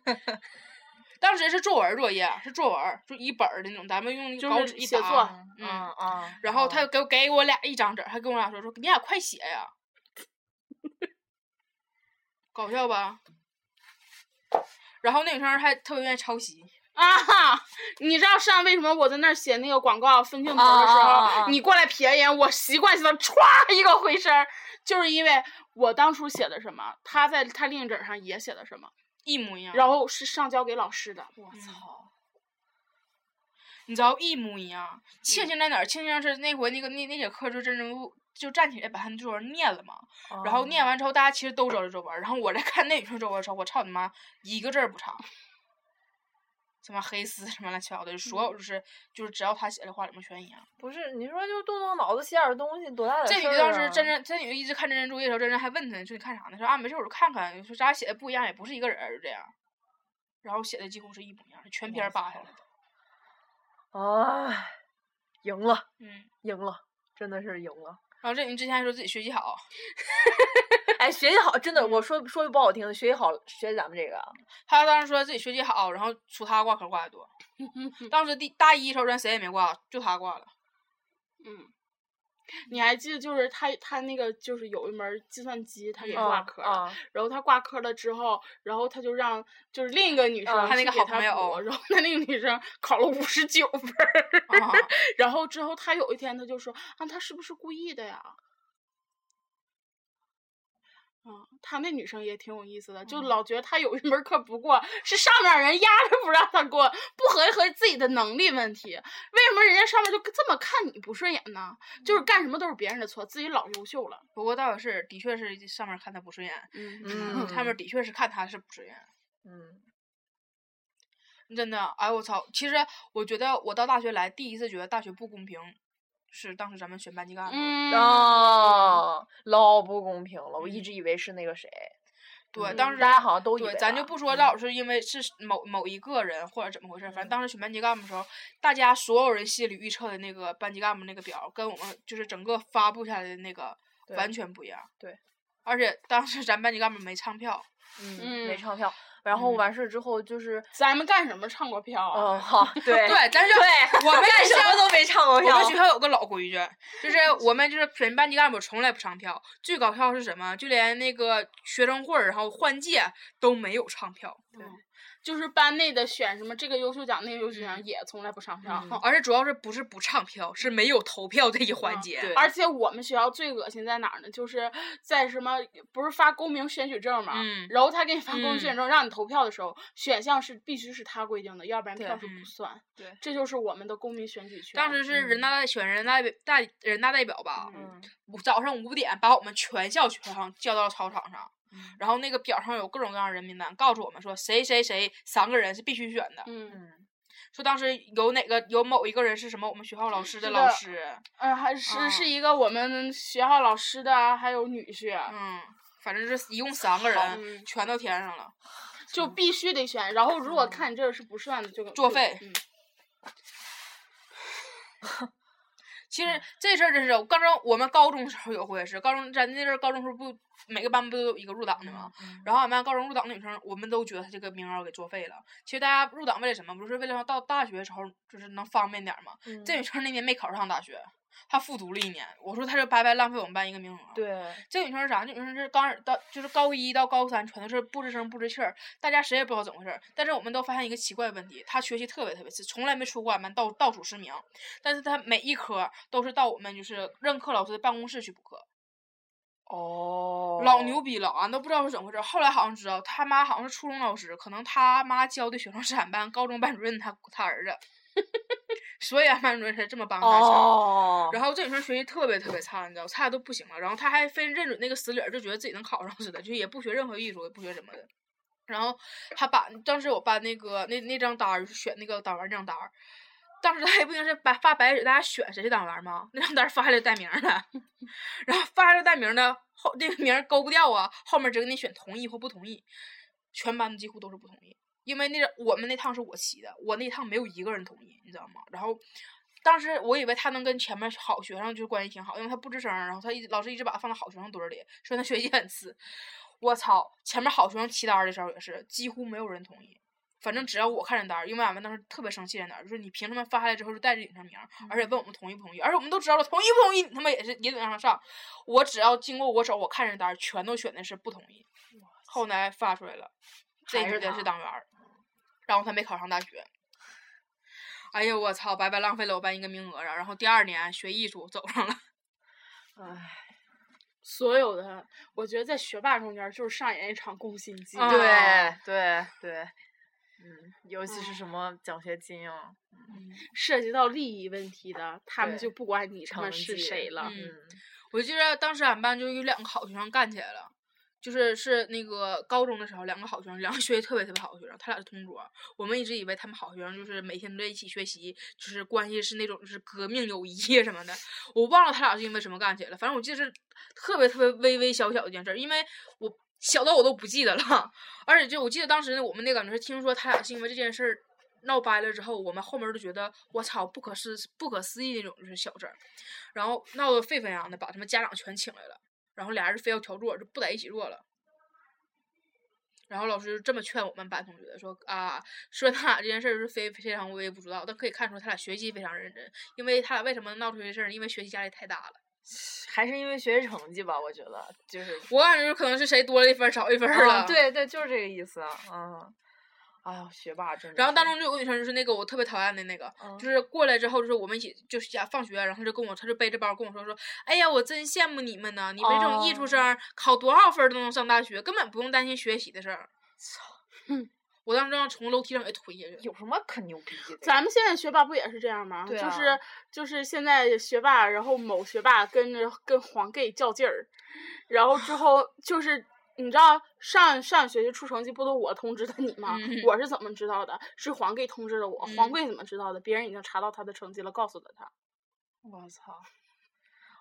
[SPEAKER 3] 当时是作文作业，是作文儿，就一本儿的那种，咱们用那
[SPEAKER 2] 就
[SPEAKER 3] 个稿
[SPEAKER 2] 是
[SPEAKER 3] 纸一
[SPEAKER 2] 写
[SPEAKER 3] 沓。
[SPEAKER 2] 作
[SPEAKER 3] 嗯
[SPEAKER 4] 嗯啊，
[SPEAKER 3] 然后他
[SPEAKER 4] 嗯
[SPEAKER 3] 又给我给我俩一张纸儿，还跟我俩说说你俩快写呀， 搞笑吧？然后那女生还特别愿意抄袭，
[SPEAKER 2] 啊哈！你知道上为什么我在那儿写那个广告分镜头的时候，
[SPEAKER 4] 啊啊啊啊
[SPEAKER 2] 你过来瞥一眼，我习惯性的歘一个回身儿，就是因为我当初写的什么，他在他另一纸上也写的什么，
[SPEAKER 3] 一模一
[SPEAKER 4] 嗯
[SPEAKER 3] 样。
[SPEAKER 2] 然后是上交给老师的。
[SPEAKER 4] 我
[SPEAKER 3] 嗯
[SPEAKER 4] 操，
[SPEAKER 3] 你知道一模一样。
[SPEAKER 2] 嗯
[SPEAKER 3] 庆幸在哪儿？庆幸是那回那个那那节课就真正就站起来把他们作文念了嘛。
[SPEAKER 2] 哦
[SPEAKER 3] 然后
[SPEAKER 4] 嗯
[SPEAKER 3] 念完之后，大家其实都知道这作文。然后我在看那女生作文的时候，我操你妈，一个字儿不差。什么黑丝什么乱七八糟的，
[SPEAKER 2] 嗯
[SPEAKER 3] 所有就是就是只要他写的话，里面全一样。
[SPEAKER 4] 不是你说就动动脑子写点儿东西，多大点
[SPEAKER 3] 这
[SPEAKER 4] 事
[SPEAKER 3] 女的当
[SPEAKER 4] 儿
[SPEAKER 3] 时
[SPEAKER 4] 啊
[SPEAKER 3] 真真这女的一直看真人作业的时候，真人还问她呢，说你看啥呢？说啊没事，我就看看。说咱俩写的不一样，也不是一个人儿，就这样。然后写的几乎是一模一样，全篇
[SPEAKER 4] 我
[SPEAKER 3] 儿扒下来的。
[SPEAKER 4] 哎，赢了，
[SPEAKER 3] 嗯。
[SPEAKER 4] 赢了，真的是赢了。
[SPEAKER 3] 然后这女之前还说自己学习好，
[SPEAKER 4] 哎，学习好，真的，我说说句不好听的，学习好，学习咱们这个啊，
[SPEAKER 3] 她当时说自己学习好，然后除她挂科挂的 多。当时第大一的时候，咱谁也没挂，就她挂了。
[SPEAKER 2] 嗯，你还记得就是他他那个就是有一门计算机，他给
[SPEAKER 3] 嗯
[SPEAKER 2] 挂科了，
[SPEAKER 4] 啊，
[SPEAKER 2] 然后他挂科了之后，然后他就让就是另一个女生
[SPEAKER 4] 嗯
[SPEAKER 3] 他那
[SPEAKER 2] 去
[SPEAKER 3] 个
[SPEAKER 2] 给
[SPEAKER 3] 好朋友
[SPEAKER 2] 补然后那那个女生考了五十九分儿，
[SPEAKER 3] 啊
[SPEAKER 2] 然后之后他有一天他就说啊，他是不是故意的呀？嗯，他那女生也挺有意思的，就
[SPEAKER 3] 嗯
[SPEAKER 2] 老觉得他有一门课不过，是上面人压着不让他过，不合计合计自己的能力问题。为什么人家上面就这么看你不顺眼呢？就是干什么都是别人的错，自己老优秀了。
[SPEAKER 3] 不过倒也是，的确是上面看她不顺 眼，
[SPEAKER 2] 嗯，
[SPEAKER 4] 嗯，
[SPEAKER 3] 上面的确是看她是不顺眼。
[SPEAKER 4] 嗯，
[SPEAKER 3] 真的，哎我操！其实我觉得我到大学来第一次觉得大学不公平，是当时咱们选班级干部。
[SPEAKER 2] 嗯
[SPEAKER 4] 啊，老不公平了，我一
[SPEAKER 3] 嗯
[SPEAKER 4] 直以为是那个谁，
[SPEAKER 3] 对，
[SPEAKER 4] 嗯
[SPEAKER 3] 当时
[SPEAKER 4] 大家好像都以为啊嗯
[SPEAKER 3] 对，咱就
[SPEAKER 4] 吧
[SPEAKER 3] 不说到底是因为是某某一个人或者怎么回事儿，反正
[SPEAKER 4] 嗯
[SPEAKER 3] 当时选班级干部的时候，大家所有人心里预测的那个班级干部那个表儿，跟我们就是整个发布下来的那个
[SPEAKER 4] 对
[SPEAKER 3] 完全不一样。
[SPEAKER 4] 对，
[SPEAKER 3] 而且当时咱班级干部没唱票，
[SPEAKER 4] 嗯，
[SPEAKER 2] 嗯
[SPEAKER 4] 没唱票。然后
[SPEAKER 3] 嗯
[SPEAKER 4] 完事之后就是，
[SPEAKER 2] 咱们干什么唱过票啊？
[SPEAKER 4] 嗯， 好，对
[SPEAKER 3] 对，但是
[SPEAKER 4] 对，
[SPEAKER 3] 我们
[SPEAKER 4] 干
[SPEAKER 3] 学
[SPEAKER 4] 什么
[SPEAKER 3] 校
[SPEAKER 4] 都没唱过
[SPEAKER 3] 我
[SPEAKER 4] 票
[SPEAKER 3] 们，学校有个老规矩， 就是我们就是选班级干部从来不唱票。最搞笑是什么？就连那个学生会儿，然后换届都没有唱票。
[SPEAKER 2] 对，就是班内的选什么这个优秀奖那个优秀奖
[SPEAKER 3] 嗯
[SPEAKER 2] 也从来不上 票。
[SPEAKER 4] 嗯
[SPEAKER 3] 而且主要是不是不唱票，是没有投票这一环
[SPEAKER 2] 嗯
[SPEAKER 3] 节。
[SPEAKER 4] 对
[SPEAKER 2] 而且我们学校最恶心在哪儿呢？就是在什么不是发公民选举证嘛，
[SPEAKER 4] 啊
[SPEAKER 3] 嗯
[SPEAKER 2] 然后他给你发公民选
[SPEAKER 3] 嗯
[SPEAKER 2] 举证，让你投票的时候，选项是必须是他规定的，要不然
[SPEAKER 4] 对
[SPEAKER 2] 票数
[SPEAKER 3] 嗯
[SPEAKER 2] 不算。
[SPEAKER 4] 对
[SPEAKER 2] 这就是我们的公民选举权。
[SPEAKER 3] 当时是人
[SPEAKER 4] 嗯
[SPEAKER 3] 大代选人大代代人大代表吧，
[SPEAKER 2] 嗯
[SPEAKER 4] 嗯，
[SPEAKER 3] 五早上五点把我们全校全上叫到操场上，
[SPEAKER 4] 嗯
[SPEAKER 3] 然后那个表上有各种各样的人名单，告诉我们说谁谁谁三个人是必须选的。
[SPEAKER 2] 嗯
[SPEAKER 3] 说当时有哪个有某一个人是什么我们学校老师的
[SPEAKER 2] 是
[SPEAKER 3] 老
[SPEAKER 2] 的
[SPEAKER 3] 师，
[SPEAKER 2] 嗯，还是、
[SPEAKER 3] 哦
[SPEAKER 2] 是一个我们学校老师的，还有女婿，
[SPEAKER 3] 嗯，反正是一共三个人
[SPEAKER 2] 嗯
[SPEAKER 3] 全都填上了。
[SPEAKER 2] 就必须得选。然后如果看你这是不算的，就
[SPEAKER 3] 嗯作
[SPEAKER 2] 就
[SPEAKER 3] 废
[SPEAKER 2] 嗯
[SPEAKER 3] 其实这事儿真是，我刚刚我们高中时候有回是，高中咱那阵儿高中时候不每个班不都有一个入党的吗？然后俺们班高中入党的女生，我们都觉得她这个名额给作废了。其实大家入党为了什么？不是为了到大学时候就是能方便点儿嘛。嗯
[SPEAKER 4] 嗯
[SPEAKER 3] 这女生那年没考上大学，她复读了一年。我说她就白白浪费我们班一个名额。。
[SPEAKER 4] 对，
[SPEAKER 3] 这女生是啥？这女生是刚到就是高一到高三，全都是不吱声不知气儿，大家谁也不知道怎么回事儿。但是我们都发现一个奇怪的问题，她学习特别特别次，从来没出过俺们倒倒数十名，但是她每一科都是到我们就是任课老师的办公室去补课，
[SPEAKER 4] 哦
[SPEAKER 3] 老牛逼了，啊俺都不知道是怎么回事儿。后来好像知道，他妈好像是初中老师，可能他妈教的学生是俺班高中班主任他他儿子， 所以俺班主任才这么帮她教。
[SPEAKER 4] 哦，
[SPEAKER 3] 然后这女生学习特别特别差，你知道，差的都不行了。然后她还非认准那个死理儿，就觉得自己能考上似的，就也不学任何艺术，也不学什么的。然后她把当时我班那个那那张单儿就是选那个党员那张单儿，当时她也不应该是白发白纸，大家选谁是党员吗？那张单儿发下来带名儿的， 然后发下来带名儿的后那个名儿勾不掉啊，后面只给你选同意或不同意，全班几乎都是不同意。因为那个我们那趟是我骑的，我那趟没有一个人同意，你知道吗？然后当时我以为他能跟前面好学生就关系挺好，因为他不吱声儿，然后他一直老师一直把他放到好学生堆儿里，说他学习很次。我操，前面好学生骑单儿的时候也是几乎没有人同意。反正只要我看着单儿，因为俺们当时特别生气在哪儿，就是你凭什么发下来之后就带着你上名儿，而且问我们同意不同意，而且我们都知道了同意不同意，你他妈也是也得让他上。我只要经过我手，我看着单儿，全都选的是不同意。后来发出来了，这
[SPEAKER 4] 还
[SPEAKER 3] 女
[SPEAKER 4] 是
[SPEAKER 3] 的
[SPEAKER 4] 他嗯
[SPEAKER 3] 是党员儿，然后他没考上大学。哎呀，我操，白白浪费了我班一个名额啊！然后第二年学艺术走上了，
[SPEAKER 4] 唉
[SPEAKER 2] 所有的，我觉得在学霸中间就是上演一场攻心计。
[SPEAKER 3] 啊
[SPEAKER 4] 嗯对对对，嗯，尤其是什么奖学金啊，
[SPEAKER 2] 涉及到利益问题的，他们
[SPEAKER 4] 对
[SPEAKER 2] 就不管你他妈
[SPEAKER 4] 成
[SPEAKER 2] 是
[SPEAKER 4] 绩
[SPEAKER 2] 谁了。
[SPEAKER 3] 嗯我记得当时俺班就有两个好学生干起来了，就是是那个高中的时候，两个好学生，两个学习特别特别好的学生，他俩是同桌。我们一直以为他们好学生就是每天都在一起学习，就是关系是那种就是革命友谊什么的。我忘了他俩是因为什么干起来了，反正我记得是特别特别微微小小的一件事儿，因为我小到我都不记得了。而且就我记得当时我们那感觉是听说他俩是因为这件事儿闹掰了之后，我们后面就觉得我操不可思不可思议那种就是小事儿，然后闹得沸沸扬扬的，把他们家长全请来了，然后俩人非要调座，就不在一起坐了。然后老师就这么劝我们班同学说啊，说他俩这件事儿是非非常微微不足道，但可以看出他俩学习非常认真，因为他俩为什么闹出这事儿呢，因为学习压力太大了。
[SPEAKER 4] 还是因为学习成绩吧，我觉得就是
[SPEAKER 3] 我感觉可能是谁多了一分儿少一分儿了、
[SPEAKER 4] 啊。对对，就是这个意思。嗯，哎呦，学霸真的是。
[SPEAKER 3] 然后当中就有个女生，就是那个我特别讨厌的那个，
[SPEAKER 4] 嗯
[SPEAKER 3] 就是过来之后，就是我们一起就是家放学，然后就跟我，她就背着包跟我说说，哎呀，我真羡慕你们呢，你们这种艺术
[SPEAKER 4] 哦
[SPEAKER 3] 生儿考多少分儿都能上大学，根本不用担心学习的事儿。
[SPEAKER 2] 哼
[SPEAKER 3] 我当时让从楼梯上给推下去。
[SPEAKER 4] 有什么可牛逼的？
[SPEAKER 2] 咱们现在学霸不也是这样吗？
[SPEAKER 4] 对
[SPEAKER 2] 就
[SPEAKER 4] 啊
[SPEAKER 2] 是就是现在学霸，然后某学霸跟着跟黄 gay 较劲儿，然后之 后就是你知道上上学期出成绩不都我通知的你吗？
[SPEAKER 3] 嗯
[SPEAKER 2] 我是怎么知道的？是黄 gay 通知的我，
[SPEAKER 3] 嗯
[SPEAKER 2] 黄 gay 怎么知道的？别人已经查到他的成绩了，告诉了他。
[SPEAKER 4] 我操！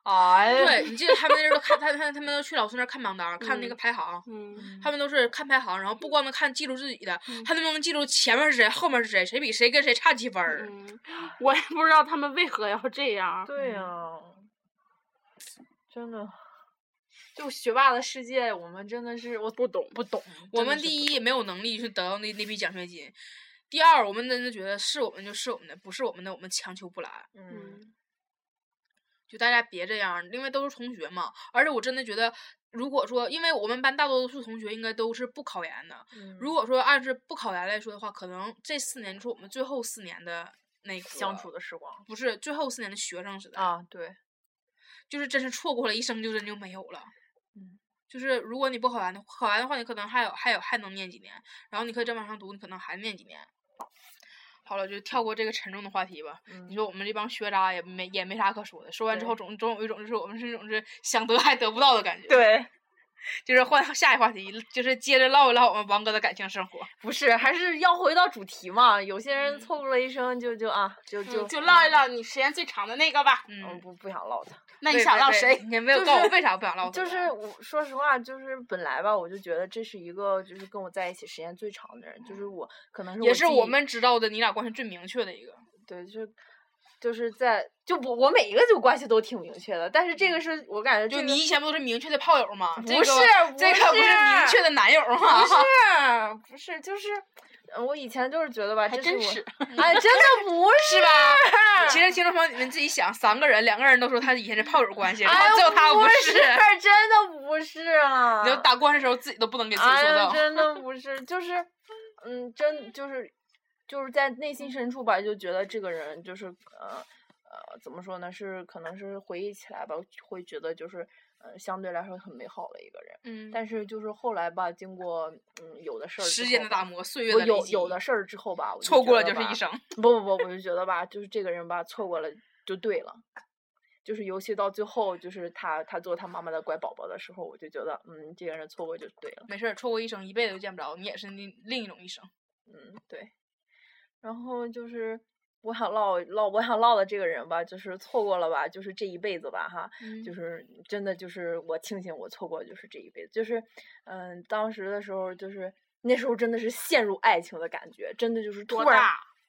[SPEAKER 4] 哎呀，
[SPEAKER 3] 对，你记得他们那时候看，他他他们都去老师那儿看榜单儿，看那个排行。
[SPEAKER 2] 嗯，
[SPEAKER 3] 他们都是看排行，然后不光能看记住自己的，
[SPEAKER 2] 嗯
[SPEAKER 3] 还能记住前面是谁，后面是谁，谁比谁跟谁差几分儿。
[SPEAKER 2] 嗯，我也不知道他们为何要这样。
[SPEAKER 4] 对呀、真的，就学霸的世界，我们真的是我不懂不懂。
[SPEAKER 3] 我
[SPEAKER 4] 真的
[SPEAKER 3] 们
[SPEAKER 4] 是
[SPEAKER 3] 第
[SPEAKER 4] 不
[SPEAKER 3] 一没有能力去得到那那笔奖学金，第二我们真的觉得是我们就是我们的，不是我们的我们强求不来。
[SPEAKER 4] 懂，嗯
[SPEAKER 2] 嗯，
[SPEAKER 3] 就大家别这样，因为都是同学嘛。而且我真的觉得如果说，因为我们班大多数同学应该都是不考研的，如
[SPEAKER 4] 如
[SPEAKER 3] 果说按是不考研来说的话，可能这四年就是我们最后四年的那个
[SPEAKER 4] 相处，的时光
[SPEAKER 3] 不是最后四年的学生时代，
[SPEAKER 4] 啊，对，
[SPEAKER 3] 就是真是错过了一生就真就没有了。
[SPEAKER 4] 嗯，
[SPEAKER 3] 就是如果你不考研的考研的话，你可能还有还有还能念几年，然后你可以再往上读，你可能还念几年。好了，就跳过这个沉重的话题吧。你
[SPEAKER 4] 嗯
[SPEAKER 3] 说我们这帮学渣也没也没啥可说的，说完之后
[SPEAKER 4] 对
[SPEAKER 3] 总总有一种就是我们是一种是想得还得不到的感觉。，
[SPEAKER 4] 对，
[SPEAKER 3] 就是换下一话题，就是接着唠一唠我们王哥的感情生活。
[SPEAKER 4] 不是，还是要回到主题嘛。有些人
[SPEAKER 3] 嗯
[SPEAKER 4] 错过了一生，就就啊，就就
[SPEAKER 2] 嗯就唠一唠你时间最长的那个吧。
[SPEAKER 4] 嗯，
[SPEAKER 3] 嗯，
[SPEAKER 4] 不不想唠他。
[SPEAKER 2] 那你
[SPEAKER 3] 对
[SPEAKER 2] 想
[SPEAKER 3] 对
[SPEAKER 2] 唠
[SPEAKER 3] 对
[SPEAKER 2] 谁？
[SPEAKER 3] 你没有
[SPEAKER 4] 就
[SPEAKER 3] 告诉我
[SPEAKER 4] 是
[SPEAKER 3] 为啥不想唠他
[SPEAKER 4] 就
[SPEAKER 3] 了
[SPEAKER 4] 是我说实话，就是本来吧，我就觉得这是一个就是跟我在一起时间最长的人，就是我可能是
[SPEAKER 3] 嗯也是
[SPEAKER 4] 自
[SPEAKER 3] 我
[SPEAKER 4] 己
[SPEAKER 3] 们知道的你俩关系最明确的一个。
[SPEAKER 4] 对，就是就是在就我我每一个就关系都挺明确的，但是这个是我感觉
[SPEAKER 3] 嗯就
[SPEAKER 4] 这
[SPEAKER 3] 你
[SPEAKER 4] 个
[SPEAKER 3] 以前不都是明确的炮友吗？这
[SPEAKER 4] 不
[SPEAKER 3] 个
[SPEAKER 4] 是
[SPEAKER 3] 这
[SPEAKER 4] 不
[SPEAKER 3] 个不是明
[SPEAKER 4] 是
[SPEAKER 3] 确的男友吗？
[SPEAKER 4] 是不是就是呃我以前就是觉得吧，
[SPEAKER 2] 还
[SPEAKER 4] 这
[SPEAKER 2] 真
[SPEAKER 4] 我
[SPEAKER 2] 是
[SPEAKER 4] 哎，真 的不是
[SPEAKER 3] 是吧？ 其实听众朋友，你们自己想，三个人，两个人都说他以前是炮友关系，然
[SPEAKER 4] 哎
[SPEAKER 3] 后只有他
[SPEAKER 4] 不
[SPEAKER 3] 是。
[SPEAKER 4] 真的不是 啊！
[SPEAKER 3] 你就打官司的时候自己都不能给自己
[SPEAKER 4] 哎
[SPEAKER 3] 说
[SPEAKER 4] 呀，
[SPEAKER 3] 到。
[SPEAKER 4] 真的不是，就是， 嗯，真就是，就是在内心深处吧，就觉得这个人就是，呃，呃，怎么说呢？是可能是回忆起来吧，会觉得就是，呃，相对来说很美好的一个人。
[SPEAKER 3] 嗯
[SPEAKER 4] 但是就是后来吧，经过嗯有的事儿之
[SPEAKER 3] 时间
[SPEAKER 4] 后
[SPEAKER 3] 的
[SPEAKER 4] 吧
[SPEAKER 3] 打磨，岁月
[SPEAKER 4] 我
[SPEAKER 3] 的
[SPEAKER 4] 有
[SPEAKER 3] 累积
[SPEAKER 4] 有的事儿之后吧，我就
[SPEAKER 3] 错
[SPEAKER 4] 觉
[SPEAKER 3] 过了
[SPEAKER 4] 得
[SPEAKER 3] 就是
[SPEAKER 4] 吧
[SPEAKER 3] 一生。
[SPEAKER 4] 不不不，我就觉得吧，就是这个人吧，错过了就对了，就是尤其到最后，就是他他做他妈妈的乖宝宝的时候，我就觉得，嗯，这个人错过就对了，
[SPEAKER 3] 没事儿，错过一生，一辈子都见不着，你也是另另一种一生。
[SPEAKER 4] 嗯，对。然后就是我想唠唠，我想唠的这个人吧，就是错过了吧，就是这一辈子吧，哈，
[SPEAKER 2] 嗯
[SPEAKER 4] 就是是真的就是我庆幸我错过的就是这一辈子，就是嗯，当时的时候就是那时候真的是陷入爱情的感觉，真的就是突
[SPEAKER 2] 多
[SPEAKER 4] 然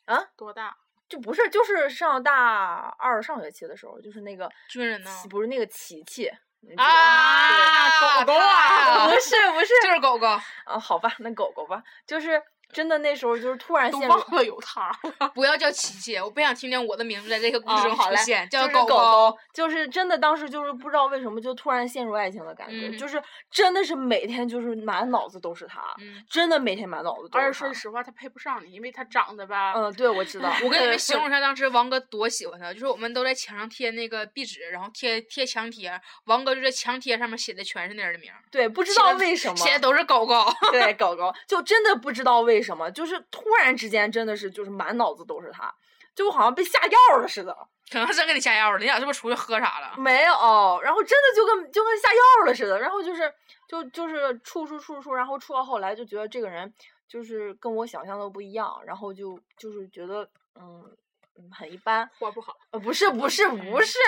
[SPEAKER 2] 大
[SPEAKER 4] 啊？
[SPEAKER 2] 多大？
[SPEAKER 4] 就不是就是上大二上学期的时候，就是那个
[SPEAKER 3] 军人呢
[SPEAKER 4] 起不是那个琪琪你知道
[SPEAKER 3] 啊，
[SPEAKER 2] 狗狗啊
[SPEAKER 4] 吧
[SPEAKER 3] 他
[SPEAKER 4] 不是不是
[SPEAKER 3] 就是狗狗，
[SPEAKER 4] 啊，好吧，那狗狗吧，就是真的那时候就是突然
[SPEAKER 2] 都
[SPEAKER 4] 陷 入
[SPEAKER 2] 忘了有他了。
[SPEAKER 3] 不要叫琪琪，我不想听见我的名字在这个故事
[SPEAKER 4] 哦
[SPEAKER 3] 中
[SPEAKER 4] 好
[SPEAKER 3] 出
[SPEAKER 4] 嘞
[SPEAKER 3] 现，叫
[SPEAKER 4] 就是狗
[SPEAKER 3] 狗。
[SPEAKER 4] 就是真的当时就是不知道为什么就突然陷入爱情的感觉，
[SPEAKER 3] 嗯
[SPEAKER 4] 就是真的是每天就是满脑子都是他，
[SPEAKER 3] 嗯，
[SPEAKER 4] 真的每天满脑子都
[SPEAKER 2] 而且
[SPEAKER 4] 是
[SPEAKER 2] 说
[SPEAKER 4] 他。
[SPEAKER 2] 实话，他配不上你，因为他长得吧，
[SPEAKER 4] 嗯，对，我知 道。
[SPEAKER 3] 我跟你们形容一下，当时王哥多喜欢他，就是我们都在墙上贴那个壁纸，然后贴贴墙贴，王哥就在墙贴上面写的全是那人的名儿，
[SPEAKER 4] 对，不知
[SPEAKER 3] 写
[SPEAKER 4] 道
[SPEAKER 3] 的
[SPEAKER 4] 为什么
[SPEAKER 3] 写的都是狗狗。
[SPEAKER 4] 对，狗狗就真的不知道为什么，就是突然之间真的是就是满脑子都是他，就好像被下药了似的。
[SPEAKER 3] 可能真给你下药了，你俩是不是出去喝啥 了？
[SPEAKER 4] 没有，然后真的就跟就跟下药了似的，然后就是就就是处处处处，然后处到后来就觉得这个人就是跟我想象的不一样，然后就就是觉得嗯嗯很一般，
[SPEAKER 2] 活不好，
[SPEAKER 4] 呃不是不是不是，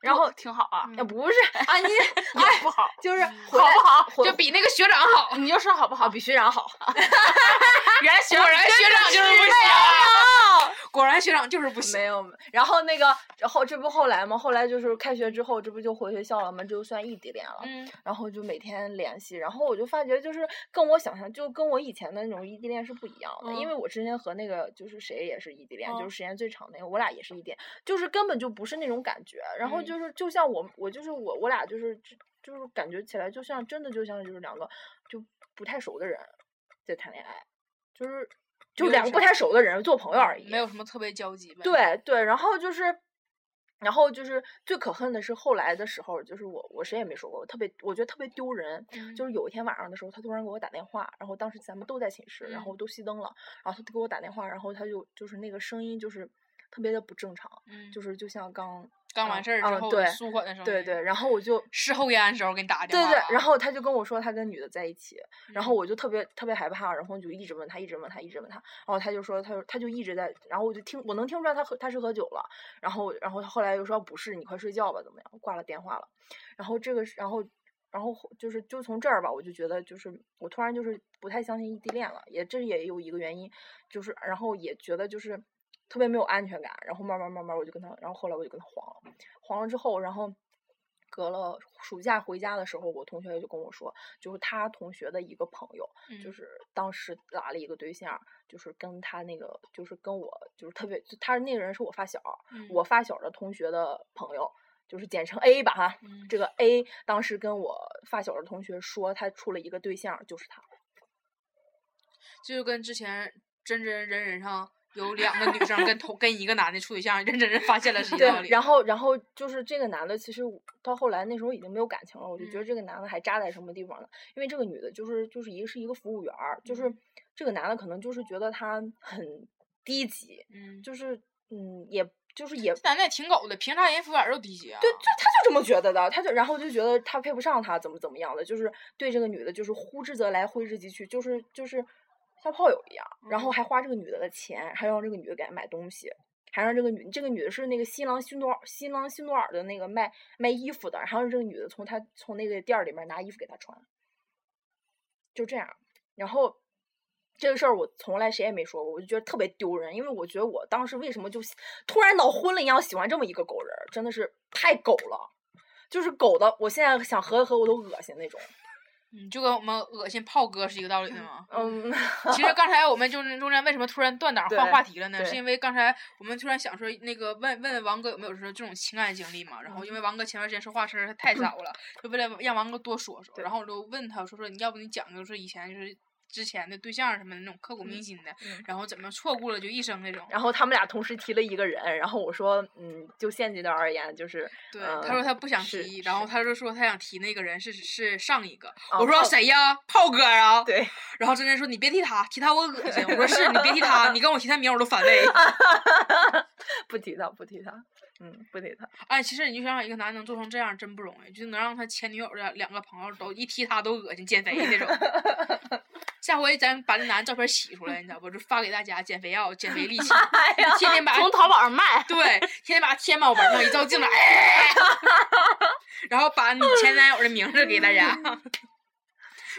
[SPEAKER 4] 然后
[SPEAKER 2] 不挺好啊，
[SPEAKER 4] 呃不是啊你
[SPEAKER 2] 也
[SPEAKER 4] 哎
[SPEAKER 2] 不好，
[SPEAKER 4] 就是
[SPEAKER 2] 好
[SPEAKER 4] 回来
[SPEAKER 2] 不好？
[SPEAKER 4] 回
[SPEAKER 3] 就比那个学长 好，
[SPEAKER 2] 你就说好不好
[SPEAKER 4] 啊？比学长好，
[SPEAKER 2] 原来
[SPEAKER 3] 果
[SPEAKER 2] 学
[SPEAKER 3] 然学长就是不行，
[SPEAKER 2] 啊
[SPEAKER 3] 果然学长就是不行
[SPEAKER 4] 没。有，然后那个，然后这不后来吗？后来就是开学之后，这不就回学校了吗？这就算异地恋了。
[SPEAKER 3] 嗯，
[SPEAKER 4] 然后就每天联系，然后我就发觉，就是跟我想象，就跟我以前的那种异地恋是不一样的。
[SPEAKER 3] 嗯
[SPEAKER 4] 因为我之前和那个就是谁也是异地恋，就
[SPEAKER 2] 嗯
[SPEAKER 4] 是时间最长那个，我俩也是异地，就是根本就不是那种感觉。然后
[SPEAKER 3] 嗯
[SPEAKER 4] 就是就像我，我就是我，我俩就是就是感觉起来，就像真的就像就是两个就不太熟的人在谈恋爱，就是就
[SPEAKER 3] 有
[SPEAKER 4] 两个
[SPEAKER 3] 啥
[SPEAKER 4] 不太熟的人做朋友而已。
[SPEAKER 3] 没有什么特别交集呗。，
[SPEAKER 4] 对对，然后就是，然后就是最可恨的是后来的时候，就是我我谁也没说过，我特别我觉得特别丢人。
[SPEAKER 3] 嗯
[SPEAKER 4] 就是有一天晚上的时候，他突然给我打电话，然后当时咱们都在寝室，然
[SPEAKER 3] 嗯
[SPEAKER 4] 后都熄灯了，然后他就给我打电话，然后他就就是那个声音就是特别的不正常，
[SPEAKER 3] 嗯
[SPEAKER 4] 就是就像刚
[SPEAKER 3] 刚完事儿之
[SPEAKER 4] 嗯
[SPEAKER 3] 后
[SPEAKER 4] 对
[SPEAKER 3] 舒缓的时候，
[SPEAKER 4] 对对，然后我就。
[SPEAKER 3] 事后烟的时候给你打个
[SPEAKER 4] 对
[SPEAKER 3] 电话
[SPEAKER 4] 对
[SPEAKER 3] 吧，，
[SPEAKER 4] 然后他就跟我说他跟女的在一起，然
[SPEAKER 3] 嗯
[SPEAKER 4] 后我就特别特别害怕，然后就一直问他，一直问他，一直问他，然后他就说，他就他就一直在，然后我就听，我能听出来他喝他是喝酒了，然后然后后来又说不是，你快睡觉吧，怎么样？挂了电话了，然后这个是然后然后后就是就从这儿吧，我就觉得就是我突然就是不太相信异地恋了，也这也有一个原因，就是然后也觉得就是特别没有安全感，然后慢慢慢慢我就跟他，然后后来我就跟他黄了，黄了之后，然后。隔了暑假回家的时候，我同学就跟我说，就是他同学的一个朋友，
[SPEAKER 3] 嗯
[SPEAKER 4] 就是当时拉了一个对象，就是跟他那个，就是跟我，就是特别，就他那个人是我发小，
[SPEAKER 3] 嗯
[SPEAKER 4] 我发小的同学的朋友，就是简称 A 吧哈。
[SPEAKER 3] 嗯
[SPEAKER 4] 这个 A 当时跟我发小的同学说他处了一个对象，就是他。
[SPEAKER 3] 这就跟之前真真人人上有两个女生跟同跟一个男的处对象，认真人发现了是一道
[SPEAKER 4] 对，
[SPEAKER 3] 理。
[SPEAKER 4] 然后然后就是这个男的，其实我到后来那时候已经没有感情了，我就觉得
[SPEAKER 3] 嗯
[SPEAKER 4] 这个男的还渣在什么地方了？因为这个女的，就是就是一个是一个服务员儿，就是
[SPEAKER 3] 嗯
[SPEAKER 4] 这个男的可能就是觉得她很低级，
[SPEAKER 3] 嗯，
[SPEAKER 4] 就是嗯，也就是也
[SPEAKER 3] 这男的也挺狗的，凭啥人服务员儿都低级啊？
[SPEAKER 4] 对，就他就这么觉得的，他就然后就觉得他配不上她，怎么怎么样的，就是对这个女的，就是呼之则来，挥之即去，就是就是像炮友一样，然后
[SPEAKER 3] 嗯
[SPEAKER 4] 还花这个女的的钱，还让这个女的给她买东西，还让这个女这个女的是那个新郎新多尔新郎新多尔的那个卖卖衣服的，然后让这个女的从他从那个店儿里面拿衣服给他穿，就这样，然后。这个事儿我从来谁也没说过，我就觉得特别丢人，因为我觉得我当时为什么就突然脑昏了一样喜欢这么一个狗人儿，真的是太狗了，就是狗的，我现在想合一合我都恶心那种。
[SPEAKER 3] 嗯，就跟我们恶心炮哥是一个道理的嘛。
[SPEAKER 4] 嗯，
[SPEAKER 3] 其实刚才我们就是中间为什么突然断档换
[SPEAKER 4] 对
[SPEAKER 3] 话题了呢？
[SPEAKER 4] 对
[SPEAKER 3] 是因为刚才我们突然想说那个问问王哥有没有说这种情感经历嘛？然后
[SPEAKER 4] 嗯
[SPEAKER 3] 因为王哥前段时间说话声儿太早了，就为了让王哥多说说，
[SPEAKER 4] 对
[SPEAKER 3] 然后我就问他说说你要不你讲就是以前就是之前的对象什么的那种刻骨铭心的，
[SPEAKER 4] 嗯
[SPEAKER 3] 然后怎么错过了就一生那种。
[SPEAKER 4] 然后他们俩同时提了一个人，然后我说，嗯，就现阶段而言，就是
[SPEAKER 3] 对，
[SPEAKER 4] 嗯
[SPEAKER 3] 他说他不想
[SPEAKER 4] 是
[SPEAKER 3] 提，然后
[SPEAKER 4] 是
[SPEAKER 3] 他就说他想提那个人是是上一个，
[SPEAKER 4] 啊
[SPEAKER 3] 我说
[SPEAKER 4] 炮
[SPEAKER 3] 谁呀？炮哥啊。
[SPEAKER 4] 对，
[SPEAKER 3] 然后真真说你别提他，提他我恶心。我说是你别提他，你跟我提他名儿我都反胃。
[SPEAKER 4] 不提他，不提他，嗯，不提他，
[SPEAKER 3] 哎，其实你就想想，一个男的能做成这样，真不容易，就能让他前女友的两个朋友都一提他都恶心减肥那种。下回咱把那男的照片洗出来，你知道不？就发给大家减肥药、减肥利器，天天把
[SPEAKER 2] 从淘宝上卖。
[SPEAKER 3] 对，天天把他贴脑门上，一照镜子，哎，然后把你前男友的名字给大家，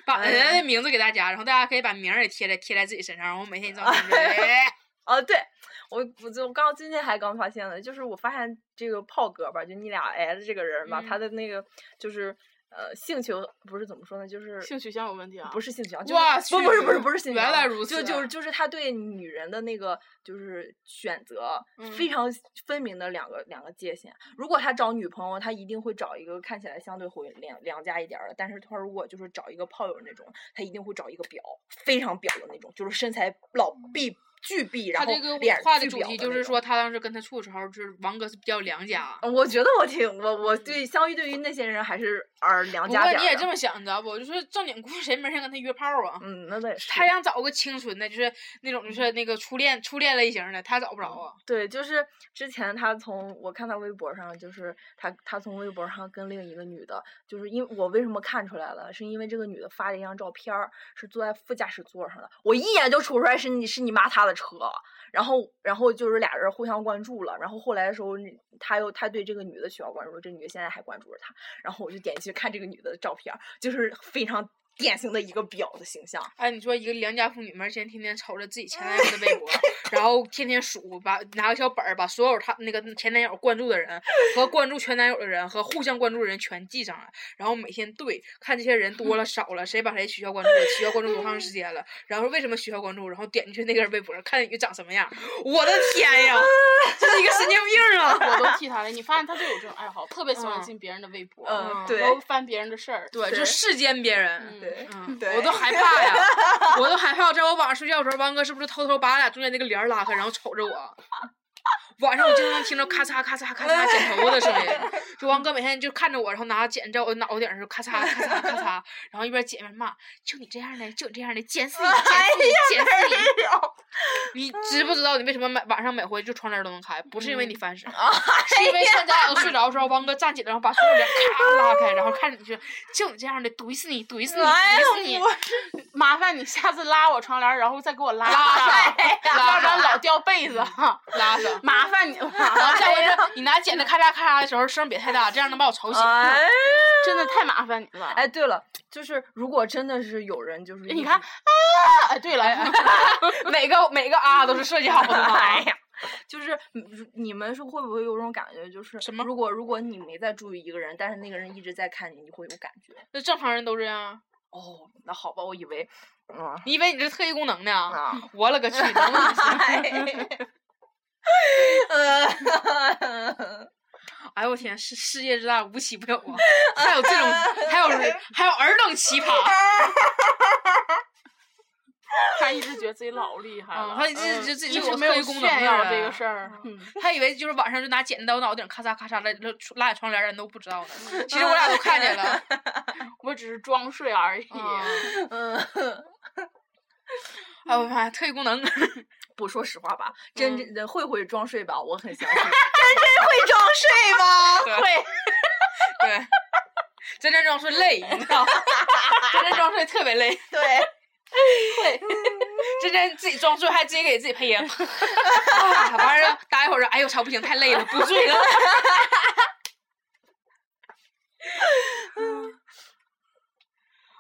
[SPEAKER 3] 把人家的名字给大家，然后大家可以把名儿也贴在贴在自己身上，然后每天一照镜子，哎，
[SPEAKER 4] 哦，对，我我就刚今天还刚发现了，就是我发现这个炮哥吧，就你俩 S 这个人吧，他
[SPEAKER 3] 嗯
[SPEAKER 4] 的那个就是呃性情不是怎么说呢，就是
[SPEAKER 2] 性取向有问题啊？
[SPEAKER 4] 不
[SPEAKER 2] 是，
[SPEAKER 4] 是性取向，就是
[SPEAKER 3] 哇
[SPEAKER 4] 不不是不是
[SPEAKER 3] 去
[SPEAKER 4] 不是性取
[SPEAKER 3] 原
[SPEAKER 4] 向，
[SPEAKER 3] 来如此
[SPEAKER 4] 就就是就是他对女人的那个就是选择
[SPEAKER 3] 嗯
[SPEAKER 4] 非常分明的两个、两个界限。如果他找女朋友，他一定会找一个看起来相对会良良家一点儿的，但是他如果就是找一个炮友那种，他一定会找一个婊，非常婊的那种，就是身材老
[SPEAKER 3] 嗯
[SPEAKER 4] 必巨必，
[SPEAKER 3] 他
[SPEAKER 4] 然后
[SPEAKER 3] 这个
[SPEAKER 4] 脸
[SPEAKER 3] 话
[SPEAKER 4] 巨
[SPEAKER 3] 的主
[SPEAKER 4] 婊
[SPEAKER 3] 题
[SPEAKER 4] 的
[SPEAKER 3] 就
[SPEAKER 4] 那
[SPEAKER 3] 是
[SPEAKER 4] 种
[SPEAKER 3] 说，。他当时跟他处的时候，就是王哥是比较良家。啊
[SPEAKER 4] 嗯我觉得我挺我我对相遇对于那些人还是而良
[SPEAKER 3] 不
[SPEAKER 4] 家
[SPEAKER 3] 过
[SPEAKER 4] 点
[SPEAKER 3] 你
[SPEAKER 4] 儿
[SPEAKER 3] 也
[SPEAKER 4] 的
[SPEAKER 3] 这么想，你知道不？就是正经姑娘谁没事跟他约炮啊？
[SPEAKER 4] 嗯，那倒也是。
[SPEAKER 3] 他想找个清纯的，就是那种就是那个初恋初恋类型的，他找不着啊。
[SPEAKER 4] 对，就是之前他从我看他微博上，就是他他从微博上跟另一个女的，就是因我为什么看出来了，是因为这个女的发了一张照片儿，是坐在副驾驶座上的，我一眼就瞅出来是你是你妈她的车，然后然后就是俩人互相关注了，然后后来的时候那他又他对这个女的取消关注，这女的现在还关注着他，然后我就点进去看这个女的照片儿，就是非常典型的一个婊子形象，
[SPEAKER 3] 哎，你说一个良家妇女们，现在天天瞅着自己前男友的微博，然后天天数，把拿个小本儿，把所有她那个前男友关注的人和关注前男友的人和互相关注的人全记上来，然后每天对看这些人多了少了，谁把谁取消关注了，取消关注多长时间了，然后为什么取消关注，然后点进去那个人微博看你长什么样，我的天呀，这是一个神经病啊！
[SPEAKER 2] 我都替他了。你发现他就有这种爱好，特别喜欢
[SPEAKER 3] 嗯
[SPEAKER 2] 进别人的微博，
[SPEAKER 4] 嗯
[SPEAKER 2] 嗯
[SPEAKER 4] 对
[SPEAKER 2] 然后翻别人的事儿。
[SPEAKER 3] 对，
[SPEAKER 4] 对
[SPEAKER 3] 就世间别人。
[SPEAKER 2] 嗯
[SPEAKER 4] 对。
[SPEAKER 3] 嗯，
[SPEAKER 4] 对
[SPEAKER 3] 我都害怕呀，我都害怕。我在我晚上睡觉的时候，王哥是不是偷偷把俺俩中间那个帘儿拉开，然后瞅着我？晚上我经常听着咔嚓咔嚓咔嚓剪头发的声音，就王哥每天就看着我，然后拿剪在我脑袋顶上咔嚓咔嚓咔嚓，然后一边剪一边骂：“就你这样的，就你这样的，剪死你，剪死你，剪死你！”你知不知道你为什么每晚上每回就窗帘都能开？不是因为你翻身，是因为趁咱俩都睡着的时候，王哥站起来，然后把所有帘咔拉开，然后看着你说：“就你这样的，怼死你，怼死你，
[SPEAKER 4] 哎
[SPEAKER 3] 怼嗯哎死你！”
[SPEAKER 2] 麻烦你下次拉我窗帘儿，然后再给我拉
[SPEAKER 3] 拉
[SPEAKER 2] 上，
[SPEAKER 3] 拉
[SPEAKER 2] 要不然
[SPEAKER 3] 上
[SPEAKER 2] 老掉被子。
[SPEAKER 3] 啊 拉上。
[SPEAKER 2] 麻烦你了，
[SPEAKER 3] 然后下
[SPEAKER 2] 哎
[SPEAKER 3] 回是你拿剪子咔嚓咔嚓的时候，声儿别太大，这样能把我吵醒。
[SPEAKER 4] 哎
[SPEAKER 2] 真的太麻烦你了。
[SPEAKER 3] 哦
[SPEAKER 4] 哎，对了，就是如果真的是有人就是
[SPEAKER 3] 嗯
[SPEAKER 2] 你
[SPEAKER 4] 一
[SPEAKER 2] 看
[SPEAKER 4] 直
[SPEAKER 2] 哎，对了，
[SPEAKER 3] 每个每个啊都是设计好的吗？
[SPEAKER 4] 哎呀，就是你你们是会不会有种感觉，就是
[SPEAKER 3] 什么
[SPEAKER 4] 如果如果你没在注意一个人，但是那个人一直在看你，你会有感觉。
[SPEAKER 3] 那正常人都这样。
[SPEAKER 4] 哦，那好吧，我以为，嗯
[SPEAKER 3] 你以为你这是特异功能呢？
[SPEAKER 4] 啊，
[SPEAKER 3] 我勒个去！能不 能行
[SPEAKER 4] 呃
[SPEAKER 3] 哎哎呦我天，世世界之大无奇不有啊！还有这种，还有
[SPEAKER 2] 还有尔等奇葩。 他一直觉得自己老厉害了，
[SPEAKER 3] 嗯他一直
[SPEAKER 2] 嗯
[SPEAKER 3] 就自己
[SPEAKER 2] 一
[SPEAKER 3] 是
[SPEAKER 2] 直
[SPEAKER 3] 我
[SPEAKER 2] 没有
[SPEAKER 3] 特异功能
[SPEAKER 2] 炫
[SPEAKER 3] 的啊
[SPEAKER 2] 耀
[SPEAKER 3] 人
[SPEAKER 2] 这个事儿。嗯
[SPEAKER 3] 他以为就是晚上就拿剪子在我脑袋顶咔嚓咔嚓的拉拉拉窗帘，人都不知道呢。其实我俩都看见了。
[SPEAKER 2] 我只是装睡而已。
[SPEAKER 3] 嗯
[SPEAKER 4] 嗯，啊
[SPEAKER 3] 哎，我发现特异功能，
[SPEAKER 4] 不说实话吧，真
[SPEAKER 2] 嗯
[SPEAKER 4] 真慧慧装睡吧，我很相 信。真真会装睡吗？
[SPEAKER 3] 对 对，真真装睡 累，你知道吗？真真装睡特别累，
[SPEAKER 4] 对，
[SPEAKER 3] 真真自己装睡还自己给自己配 音，啊完事儿打一会儿说，哎呦，操，不行，太累了，不睡 了。